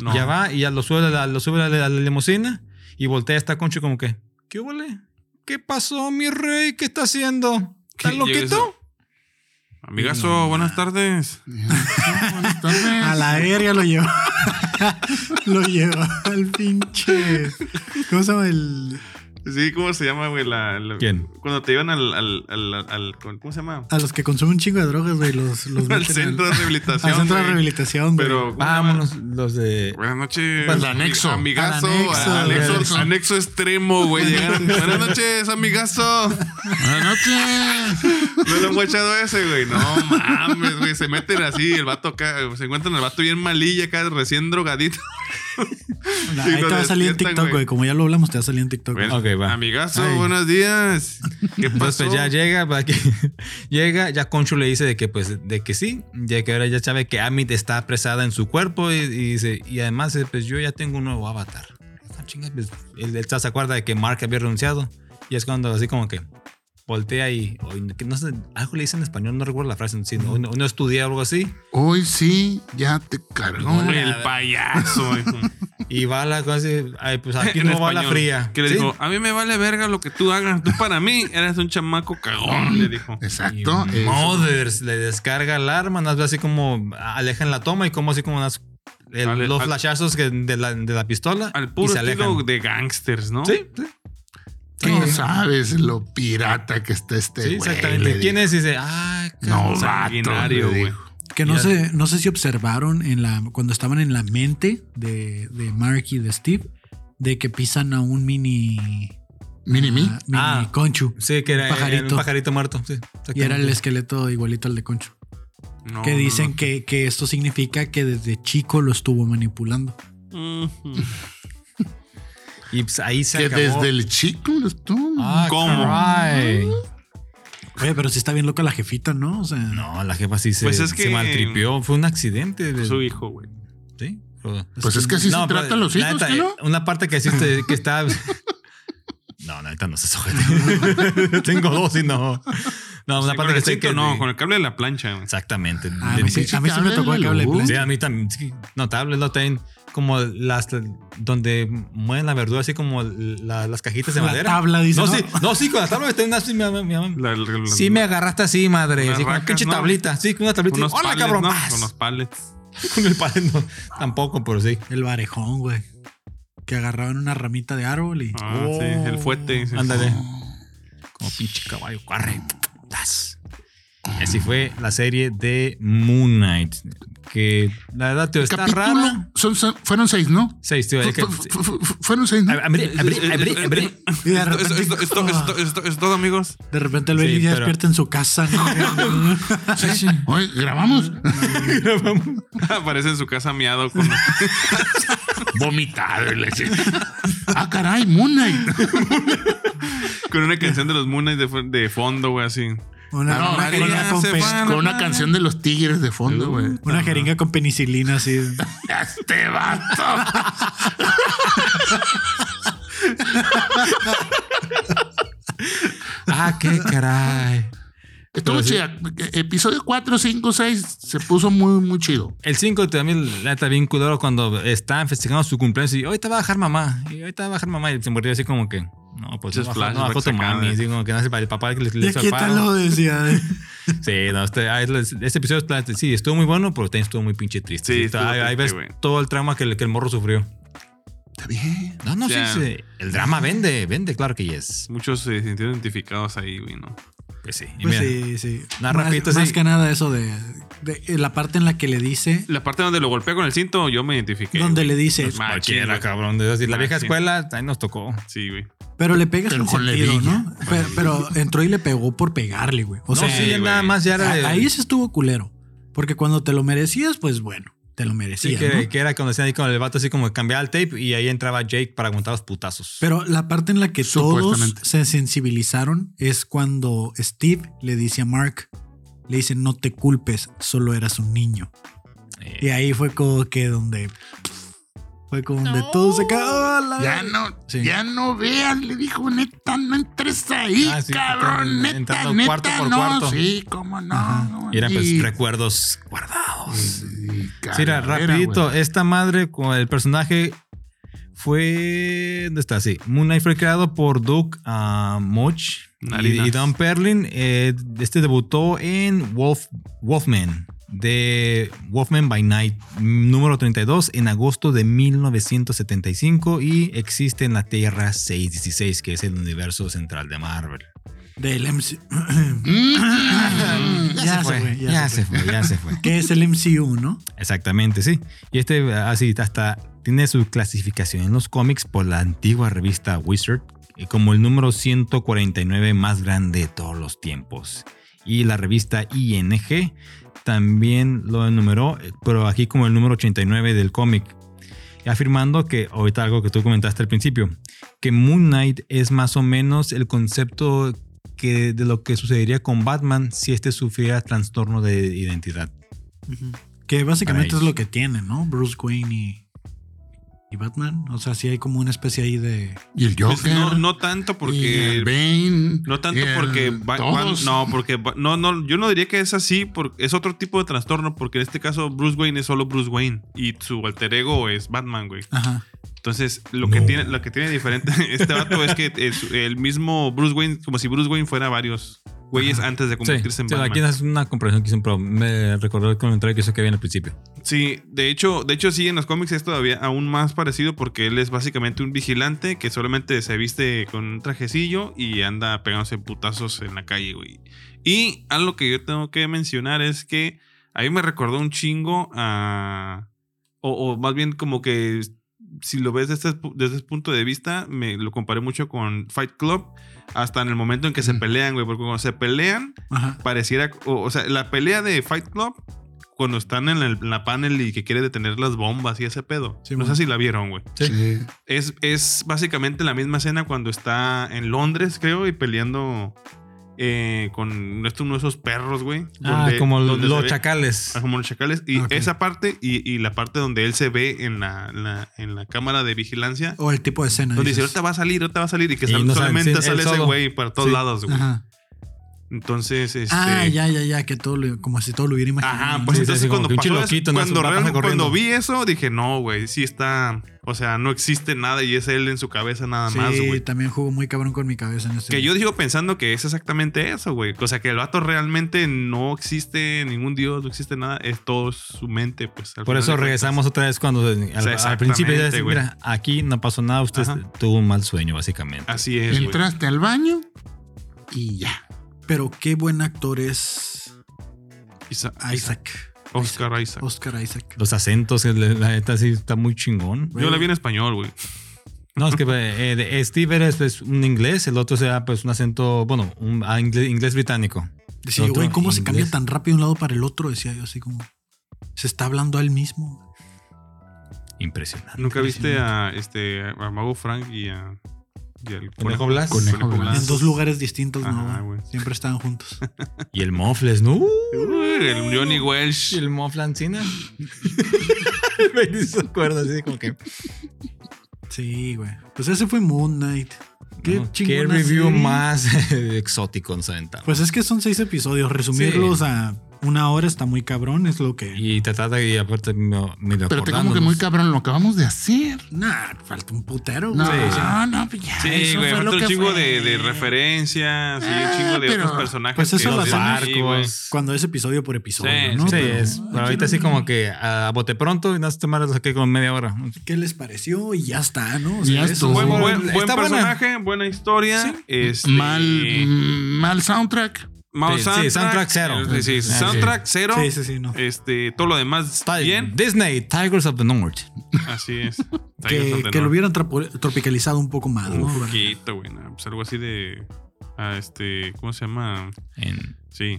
S4: No.
S1: Ya va y ya lo sube a la, lo sube a la, a la limusina y voltea esta concha como que, ¿qué huele? ¿Qué pasó, mi rey? ¿Qué está haciendo? ¿Estás
S4: ¿Qué-
S1: loquito?
S4: Amigazo,
S3: No.
S4: buenas tardes.
S2: Buenas tardes.
S3: A la verga lo llevó. lo llevó al pinche. ¿Cómo se llama el.
S4: Sí, ¿cómo se llama, güey? La, la-
S1: ¿Quién?
S4: Cuando te llevan al, al, al- al- ¿Cómo se llama?
S3: A los que consumen un chingo de drogas, güey, los, los
S4: Al
S3: meten
S4: centro de
S3: al,
S4: rehabilitación.
S3: al centro de
S4: güey.
S3: rehabilitación, güey.
S4: Pero, ¿cómo se llama?
S1: Vámonos, los de...
S4: Buenas noches.
S2: Pues, la anexo.
S4: Amigazo.
S3: Al anexo,
S4: Anexo,
S2: güey.
S4: anexo extremo, güey. Llegaron. Buenas noches, amigazo.
S2: Buenas noches.
S4: No lo hemos echado ese, güey. No mames, güey. Se meten así. El vato acá. Se encuentran el vato bien malilla acá, recién drogadito.
S3: Nah,
S4: sí,
S3: ahí
S4: lo
S3: te va a salir en
S4: despiertan,
S3: TikTok,
S4: güey.
S3: güey. Como ya lo hablamos, te va a salir en TikTok.
S4: Bueno,
S1: Ok, va.
S4: Amigazo,
S3: Ay.
S4: buenos días. ¿Qué pasó?
S1: Entonces pues, ya llega, va aquí, llega, ya Conchu le dice de que pues de que sí, ya que ahora ya sabe que Amit está apresada en su cuerpo y, y dice, y además eh, pues yo ya tengo un nuevo avatar. Ah, chinga, pues, él, él se acuerda de que Mark había renunciado y es cuando así como que voltea y hoy no- que no sé, algo le dice en español, no recuerdo la frase, sí, no, hoy no, hoy no estudié o algo así
S2: Hoy sí, ya te cargó.
S4: Güey, El payaso, hijo.
S1: y va a la cosa, y, ay, pues aquí
S4: En
S1: no va la
S4: español.
S1: fría.
S4: Que le
S1: Sí.
S4: dijo, a mí me vale verga lo que tú hagas. Tú para mí eres un chamaco cagón, le dijo.
S1: Y
S2: Exacto. es-
S1: Mothers le descarga el arma, nada más ve así como alejan la toma y como así como unas- el-
S4: Ale-
S1: los
S4: al-
S1: flashazos que de, la, de la pistola
S4: Al
S1: y
S4: puro
S1: se alejan.
S4: estilo de gangsters, ¿no?
S1: Sí, sí,
S2: Tú no sabes lo pirata que está este
S1: sí,
S2: güey.
S1: exactamente.
S2: le
S1: ¿Quién
S2: dijo.
S1: es? Y dice, ah,
S2: No,
S1: cabrón.
S4: Sanguinario,
S2: vato, le
S4: güey.
S2: dijo.
S3: Que no
S1: Ya.
S3: sé, no sé si observaron en la, cuando estaban en la mente de, de Mark y de Steve, de que pisan a un mini.
S2: Mini me.
S3: a- mini
S1: Ah.
S3: Conchu.
S1: Sí, que era era un pajarito,
S3: Pajarito.
S1: muerto. sí,
S3: Y era el
S1: exactamente.
S3: esqueleto igualito al de Conchu.
S4: No,
S3: que
S4: no,
S3: dicen
S4: no.
S3: Que, que esto significa que desde chico lo estuvo manipulando.
S4: Ujú.
S1: Y pues, ahí se
S2: Que
S1: acabó.
S2: desde el chico lo estuvo.
S1: Ah,
S4: ¿Cómo?
S1: caray.
S3: Güey, pero sí está bien loca la jefita, ¿no? O sea,
S1: No, la jefa sí se,
S4: Pues es
S1: se
S4: que-
S1: maltripió. Fue un accidente. de-
S4: Pues Su hijo, güey.
S1: Sí, pero-
S2: pues es que así se
S1: pero
S2: tratan los
S1: la
S2: hijos,
S1: neta, eh,
S2: ¿qué ¿no?
S1: Una parte que existe que está. No, la neta no se sujeta. Tengo dos y no. No, una
S4: con
S1: parte que
S4: el
S1: estoy
S4: cinto,
S1: que.
S4: no, con el cable de la plancha. güey.
S1: Exactamente.
S3: Ah,
S1: de
S3: no,
S1: bici.
S3: sí, a mí sí me tocó el cable de
S1: Sí,
S3: plancha.
S1: a mí también. sí, Notable, lo tienen como las donde mueven la verdura, así como la- las cajitas de
S3: La
S1: madera.
S3: tabla, dice,
S1: No,
S3: ¿no?
S1: sí, no, sí, con la tabla me estén así, mi mamá. mi mamá.
S4: La- la- la-
S1: Sí, me agarraste así, madre.
S4: Unas
S1: Sí, con una
S4: racas,
S1: pinche
S4: ¿no?
S1: tablita. Sí, con una tablita.
S4: unos
S1: Hola,
S4: palets,
S1: cabrón.
S4: ¿no?
S1: ¡Paz!
S4: Con los palets.
S1: Con el palo, no. Tampoco, pero sí.
S3: El barejón, güey. Que agarraban una ramita de árbol y.
S4: Ah, sí, el fuete. sí.
S1: Ándale. Como Oh, pinche caballo. Corre. Tas. Y Así fue la serie de Moon Knight. Que la verdad, tío, está rara.
S2: Capítulo. son- son- fueron seis, ¿no?
S1: Seis, tío. es que-
S2: Fu- fu- fu- fu- Fueron seis, ¿no?
S1: A- abrí, abrí, abrí, abrí.
S3: Y de
S4: Esto-
S3: repente.
S4: esto- esto- esto- esto- Es todo, amigos.
S3: De repente el
S1: Sí,
S3: Benny ya
S1: pero-
S3: despierta en su casa. ¿no?
S2: Oye, grabamos.
S1: Mm.
S4: Aparece en su casa miado con
S2: Vomitado. y le dice, ah, caray, Moon Knight.
S4: Con una canción de los Moon Knights de, fu- de fondo, güey, así.
S3: una,
S2: No,
S3: una
S2: no,
S3: jeringa
S4: no,
S3: con
S4: se
S3: pe-
S4: van.
S2: Con una canción de los tigres de fondo,
S1: Uh.
S2: güey.
S3: una jeringa con penicilina así.
S2: Este vato.
S1: Ah, qué caray.
S2: Estuvo chida. E, Episodio 4, 5, 6 se puso muy, muy chido.
S1: El 5 también la está bien culero cuando están festejando su cumpleaños y ahorita va a bajar mamá. Y ahorita va a bajar mamá. Y se murió así como que. No, pues no
S4: Esos
S1: bajó, no
S4: flashbacks
S1: bajó tu
S4: acá,
S1: mami.
S4: de-
S1: Así como que no hace para el papá que les,
S3: Ya
S1: les hizo el
S3: quítalo,
S1: paro.
S3: decía.
S1: Sí, no, este, ah, es- este episodio está- sí, estuvo muy bueno, pero también estuvo muy pinche triste.
S4: Sí,
S1: Está-
S4: estuvo
S1: ahí, ahí ves
S4: triste, güey.
S1: todo el trauma que, el- que el morro sufrió.
S2: Está bien.
S1: No, no,
S4: O sea-
S1: sí, sí. El drama vende, vende, claro que yes.
S4: Muchos se sintieron identificados ahí, güey, ¿no?
S1: Pues sí. Y
S3: Pues
S1: mira,
S3: sí, sí.
S1: Nah,
S3: más,
S1: rapidito,
S3: más
S1: sí.
S3: que nada eso de, de- eh, la parte en la que le dice,
S4: La parte donde lo golpea con el cinto, yo me identifiqué.
S3: donde
S4: güey.
S3: le dice,
S4: Los machos,
S1: pues Cualquiera,
S4: güey.
S1: cabrón. de- así, la vieja
S4: Machín.
S1: escuela, ahí nos tocó.
S4: Sí, güey.
S3: pero le pega
S2: Pero
S3: sin
S2: con
S3: sentido,
S2: levilla.
S3: ¿no? Pero, pero entró y le pegó por pegarle, güey. O
S1: no,
S3: sea,
S1: sí,
S4: güey.
S1: nada más ya era de-
S3: a- ahí se estuvo culero, porque cuando te lo merecías, pues bueno, te lo
S1: Sí,
S3: merecías.
S1: que,
S3: ¿no?
S1: que era cuando decían ahí con el vato así como que cambiaba el tape y ahí entraba Jake para aguantar los putazos.
S3: Pero la parte en la que todos
S2: Supuestamente.
S3: se sensibilizaron es cuando Steve le dice a Mark, le dice, no te culpes, solo eras un niño.
S1: Eh.
S3: Y ahí fue como que donde... Fue como donde todo se cagó. la-
S2: Ya no,
S3: Sí.
S2: ya no vean, le dijo, neta, no entres ahí,
S1: Ah, sí,
S2: cabrón,
S1: porque
S2: neta,
S1: entrando
S2: neta,
S1: cuarto por
S2: no,
S1: cuarto.
S2: sí, cómo no.
S3: Ajá.
S2: cómo
S1: y eran
S2: no.
S1: pues
S2: Y-
S1: recuerdos guardados.
S2: y
S1: Sí, era
S2: calavera,
S1: rapidito.
S2: güey.
S1: Esta madre con el personaje fue. ¿Dónde está? Sí. Moon Knight fue creado por Duke ah, Moch y,
S4: Narinas.
S1: y Don Perlin. Eh, este debutó en Wolf, Wolfman de Wolfman by Night número 32 en agosto de 1975 y existe en la Tierra 616 que es el universo central de Marvel.
S3: Del MC
S2: Mm.
S3: Ya se fue, ya
S1: ya
S3: se
S1: se fue, ya se fue.
S3: que es el MCU, ¿no?
S1: Exactamente, sí. Y este así hasta tiene su clasificación en los cómics por la antigua revista Wizard eh, como el número 149 más grande de todos los tiempos. Y la revista ING también lo enumeró, eh, pero aquí como el número 89 del cómic, afirmando que ahorita algo que tú comentaste al principio, que Moon Knight es más o menos el concepto que de lo que sucedería con Batman si este sufriera trastorno de identidad.
S3: Que básicamente
S1: Para ellos.
S3: es lo que tiene, ¿no? Bruce Wayne y, y Batman. O sea, sí hay como una especie ahí de...
S2: Y el
S4: Pues
S2: Joker.
S4: no, no tanto
S2: y el
S4: porque.
S2: Bane.
S4: No tanto
S2: y el-
S4: porque. va- va-
S2: todos.
S4: no, porque. va- No, no, yo no diría que es así. Porque es otro tipo de trastorno. Porque en este caso, Bruce Wayne es solo Bruce Wayne. Y su alter ego es Batman, güey.
S3: Ajá.
S4: Entonces, lo que
S1: No.
S4: tiene, lo que tiene diferente este vato es que es el mismo Bruce Wayne, como si Bruce Wayne fuera varios güeyes antes de
S1: Sí,
S4: convertirse en
S1: sí,
S4: Batman.
S1: aquí es una comparación que hice, pero me recordó el comentario que hizo Kevin al principio.
S4: Sí, de hecho, de hecho sí, en los cómics es todavía aún más parecido porque él es básicamente un vigilante que solamente se viste con un trajecillo y anda pegándose putazos en la calle, güey. Y algo que yo tengo que mencionar es que a mí me recordó un chingo a... O, o más bien como que si lo ves desde, este pu- desde ese punto de vista, me lo comparé mucho con Fight Club hasta en el momento en que se
S2: Mm.
S4: pelean, güey, porque cuando se pelean
S3: Ajá.
S4: pareciera, o, o sea, la pelea de Fight Club, cuando están en, el- en la panel y que quiere detener las bombas y ese pedo.
S3: Sí,
S4: no
S3: bueno.
S4: sé si la vieron, güey.
S1: Sí.
S2: Sí.
S4: Es, es básicamente la misma escena cuando está en Londres, creo, y peleando eh, con estos uno de esos perros, güey.
S1: Ah,
S4: donde-
S1: como
S4: donde se
S1: los
S4: ve-
S1: chacales.
S4: ah, como los chacales. Y
S3: Ok.
S4: esa parte y, y la parte donde él se ve en la, en la- en la cámara de vigilancia.
S3: O el tipo de escena.
S4: Donde
S3: dices.
S4: dice, ahorita va a salir, ahorita va a salir. Y que
S1: Oh, Y
S4: sal-
S1: no saben,
S4: solamente
S1: sí, él
S4: sale ese
S1: solo.
S4: güey para todos
S1: Sí.
S4: lados, güey.
S3: Ajá.
S4: Entonces, este.
S3: Ah, ya, ya, ya, que todo lo- como si todo lo hubiera imaginado.
S4: Ajá,
S3: ¿no?
S4: pues
S1: Sí, sí,
S4: entonces
S1: sí, como
S4: cuando
S1: pinche
S4: pasó,
S1: loquito, ¿no?
S4: cuando,
S1: Se va,
S4: real-
S1: pasa corriendo.
S4: cuando vi eso, dije, no, güey, sí está. O sea, no existe nada y es él en su cabeza nada más,
S3: sí,
S4: güey.
S3: también jugó muy cabrón con mi cabeza en este.
S4: Que yo digo pensando que es exactamente eso, güey. O sea, que el vato realmente no existe ningún dios, no existe nada. Es todo su mente, pues. al
S1: Por
S4: final
S1: eso
S4: de cuentas.
S1: regresamos otra vez cuando al,
S4: sea,
S1: al principio ya
S4: exactamente,
S1: decías,
S4: güey.
S1: mira, aquí no pasó nada, usted
S4: Ajá.
S1: tuvo un mal sueño, básicamente.
S4: Así es, güey.
S2: Entraste al baño y ya.
S3: Pero qué buen actor es
S4: Isa-
S3: Isaac.
S4: Oscar Isaac.
S3: Oscar Isaac.
S1: Los acentos, la la neta sí está muy
S3: Oh,
S1: chingón.
S4: Yo la vi en español, güey.
S1: No, es que eh, de- Steve era pues, un inglés, el otro sea pues un acento, bueno, un ah, inglés, inglés británico.
S3: Decía,
S1: Otro
S3: güey, ¿cómo se
S1: inglés.
S3: cambia tan rápido de un lado para el otro? Decía yo así como. Se está hablando a él mismo. Ah,
S1: Impresionante.
S4: ¿Nunca viste a este a Mago Frank y a. y al
S1: Conejo Blas.
S2: Conejo Blas.
S3: En dos lugares distintos,
S4: Ajá,
S3: ¿no?
S4: güey.
S3: güey? Siempre estaban juntos.
S1: Y el Mofles, ¿no?
S4: Uy, el Johnny Welsh.
S1: Y el Moflancina. Me se acuerda así como que.
S3: Sí, güey. Pues ese fue Moon Knight. Qué
S1: no, ¿Qué
S3: chingona
S1: review
S3: serie.
S1: más exótico nos aventamos?
S3: Pues es que son seis episodios. Resumirlos a una hora está muy cabrón, es lo que.
S1: Y tratada y aparte me, me
S2: Pero te como que muy cabrón, lo acabamos de hacer.
S3: Nah, falta un putero,
S2: No,
S3: güey.
S1: Sí, sí.
S2: no, no, pues ya.
S4: Sí,
S2: eso fue
S4: güey, falta
S2: lo
S4: un
S2: que
S4: chingo
S2: fue.
S4: de, de referencias y un
S2: Ah,
S4: chingo de
S2: pero-
S4: otros personajes.
S3: Pues eso
S4: que-
S3: lo
S1: Los
S4: sí,
S3: hacemos
S4: güey.
S1: barcos.
S3: Cuando es episodio por episodio,
S4: Sí,
S3: ¿no?
S1: sí,
S3: Pero-
S1: es, pero ahorita así como que ah, a bote pronto y no se te malas aquí con media hora.
S3: ¿Qué les pareció? Y ya está, ¿no? O
S2: Ya estuvo.
S4: Buen,
S2: Muy
S4: buen-
S1: buena.
S4: buen
S1: Está buena.
S4: personaje, buena, historia. Este,
S2: Mal, mal soundtrack.
S4: mal
S1: Sí, sí,
S4: soundtrack.
S1: soundtrack cero.
S4: Sí, sí,
S1: Ah, sí.
S4: soundtrack cero.
S3: Sí, sí, sí, no.
S4: Este, todo lo demás
S1: Está
S4: bien.
S1: Disney, Tigers of the North.
S4: Así es. Tigers of
S3: que, que
S4: the
S3: lo
S4: North.
S3: hubieran trapo- tropicalizado un poco más, ¿no?
S4: Un
S3: Para-
S4: poquito, güey. nada, pues algo así de. ah, este, ¿Cómo se llama?
S1: En-
S4: Sí.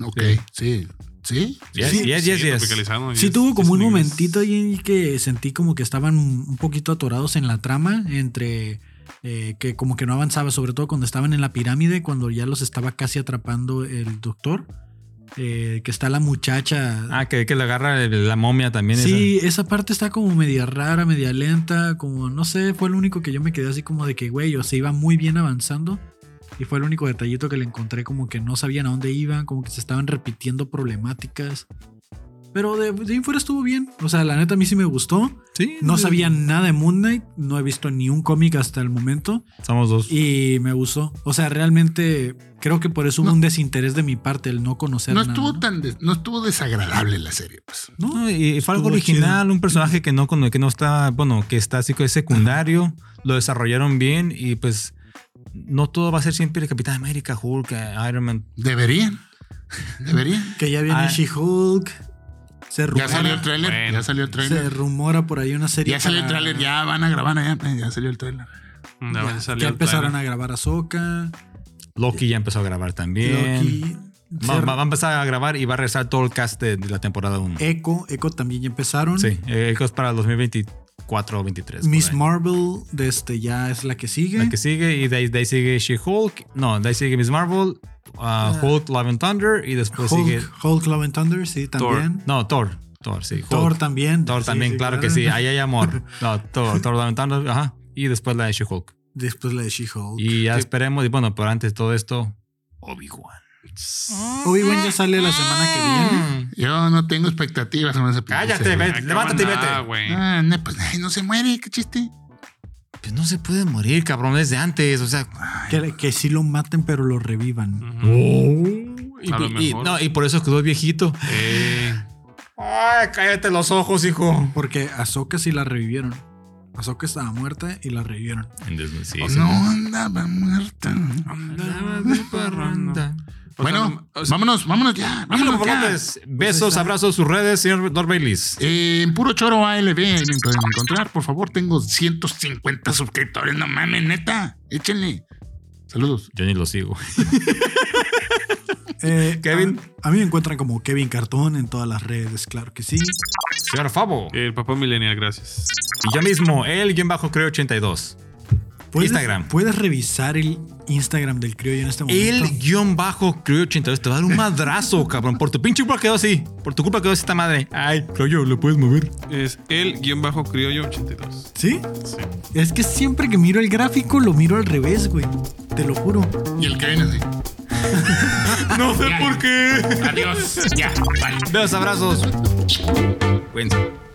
S2: Ok, sí. Sí.
S1: Yes,
S3: Sí,
S1: yes, yes,
S4: sí,
S1: yes.
S4: tropicalizado,
S3: Sí,
S4: yes,
S3: tuvo como
S4: yes,
S3: un
S4: niggas.
S3: momentito ahí que sentí como que estaban un poquito atorados en la trama, entre eh, que como que no avanzaba, sobre todo cuando estaban en la pirámide, cuando ya los estaba casi atrapando el doctor, eh, que está la muchacha.
S1: Ah, que, que le agarra el- la momia también.
S3: sí, esa parte está como media rara, media lenta, como no sé, fue lo único que yo me quedé así como de que, güey, o sea, iba muy bien avanzando. Y fue el único detallito que le encontré, como que no sabían a dónde iban, como que se estaban repitiendo problemáticas. Pero de, de ahí en fuera estuvo bien. O sea, la neta a mí sí me gustó.
S1: esa. Sí,
S3: No
S1: sí.
S3: sabía nada de Moon Knight, no he visto ni un cómic hasta el momento
S1: Somos dos.
S3: y me gustó. O sea, realmente creo que por eso hubo
S2: No.
S3: un desinterés de mi parte el no conocer.
S2: No
S3: nada,
S2: estuvo tan des- no estuvo desagradable la serie, pues.
S1: No, y fue algo
S3: estuvo
S1: original, un personaje que no, con- que no está, bueno, que está así que es secundario, lo desarrollaron bien y pues no todo va a ser siempre el Capitán América, Hulk, eh, Iron Man.
S2: Deberían. Deberían.
S3: Que ya viene
S1: Ah.
S3: She-Hulk. Se
S2: Ya
S3: rumora,
S2: salió el tráiler,
S4: Bueno.
S2: ya salió el
S3: se
S2: tráiler.
S3: rumora por ahí una serie.
S2: Ya salió el
S3: para-
S2: tráiler, ya van a grabar allá, ya salió el tráiler.
S4: Mm,
S3: Ya,
S4: a ver, salió
S3: ya
S4: el
S3: empezaron
S4: trailer.
S3: a grabar a Soca.
S1: Loki ya empezó a grabar también. Va, va- va a empezar a grabar y va a regresar todo el cast de, de la temporada 1.
S3: Echo, Echo también ya empezaron.
S1: Sí, eh, Echo es para el 2024 o 23. por
S3: Miss
S1: ahí.
S3: Marvel de este ya es la que sigue.
S1: La que sigue y de ahí, de ahí sigue She-Hulk. No, de ahí sigue Miss Marvel, ah, Hulk, Love and Thunder y después
S3: Hulk,
S1: sigue...
S3: Hulk Love and Thunder, sí,
S4: Thor.
S3: también.
S1: No, Thor. Thor, sí. Hulk.
S3: Thor también.
S1: Thor
S3: Sí,
S1: también,
S3: sí,
S1: claro que sí. Ahí hay amor. No, Thor, Thor Love and Thunder, ajá. Y después la de She-Hulk.
S3: Después la de She-Hulk.
S1: Y ya esperemos, y bueno, pero antes de todo esto, Obi-Wan.
S3: Obi-Wan ya sale la semana que viene.
S1: Mm.
S2: Yo no tengo expectativas con ese pinche
S1: Cállate,
S2: serie.
S1: ve.
S4: Ah, qué
S1: Levántate y vete.
S4: bandada, güey.
S2: Ah, no, pues ay, no se muere, qué chiste.
S1: Pues no se puede morir, cabrón, desde antes. O sea,
S3: Que, que sí lo maten, pero lo
S1: Mm.
S3: revivan.
S4: Ujú.
S1: Oh. y,
S4: A lo
S1: y-
S4: mejor.
S1: no, y por eso quedó viejito.
S4: Eh,
S1: Ay, cállate los ojos, hijo.
S3: Porque a Soca sí la revivieron. Ahsoka estaba muerta y la revivieron.
S2: no andaba muerta.
S4: o
S2: bueno,
S4: sea, o sea,
S2: vámonos, vámonos ya. Vámonos, Ah, ya.
S1: Besos, abrazos, sus redes, señor Dor Baileys.
S2: Eh, en puro choro ALB me pueden encontrar. Por favor, tengo 150 suscriptores. No mames, neta. Échenle. Saludos.
S1: Yo ni lo sigo.
S3: Eh,
S1: Kevin.
S3: A, a mí me encuentran como Kevin Cartón en todas las redes, claro que sí.
S1: Señor Fabo.
S4: El papá millennial, gracias.
S1: Y yo mismo, el guión bajo creo 82. Instagram.
S3: Puedes revisar el Instagram del criollo en este momento.
S1: El guión bajo creo 82. Te va a dar un madrazo, cabrón. Por tu pinche culpa quedó así. Por tu culpa quedó así esta madre. Ay, yo ¿lo puedes mover?
S4: Es el guión bajo criollo 82.
S3: ¿Sí?
S4: Sí.
S3: Es que siempre que miro el gráfico lo miro al revés, güey. Te lo juro.
S2: Y el Kevin así.
S1: No sé por qué.
S2: Adiós. Ya. Bye.
S5: Besos, abrazos. Cuídense.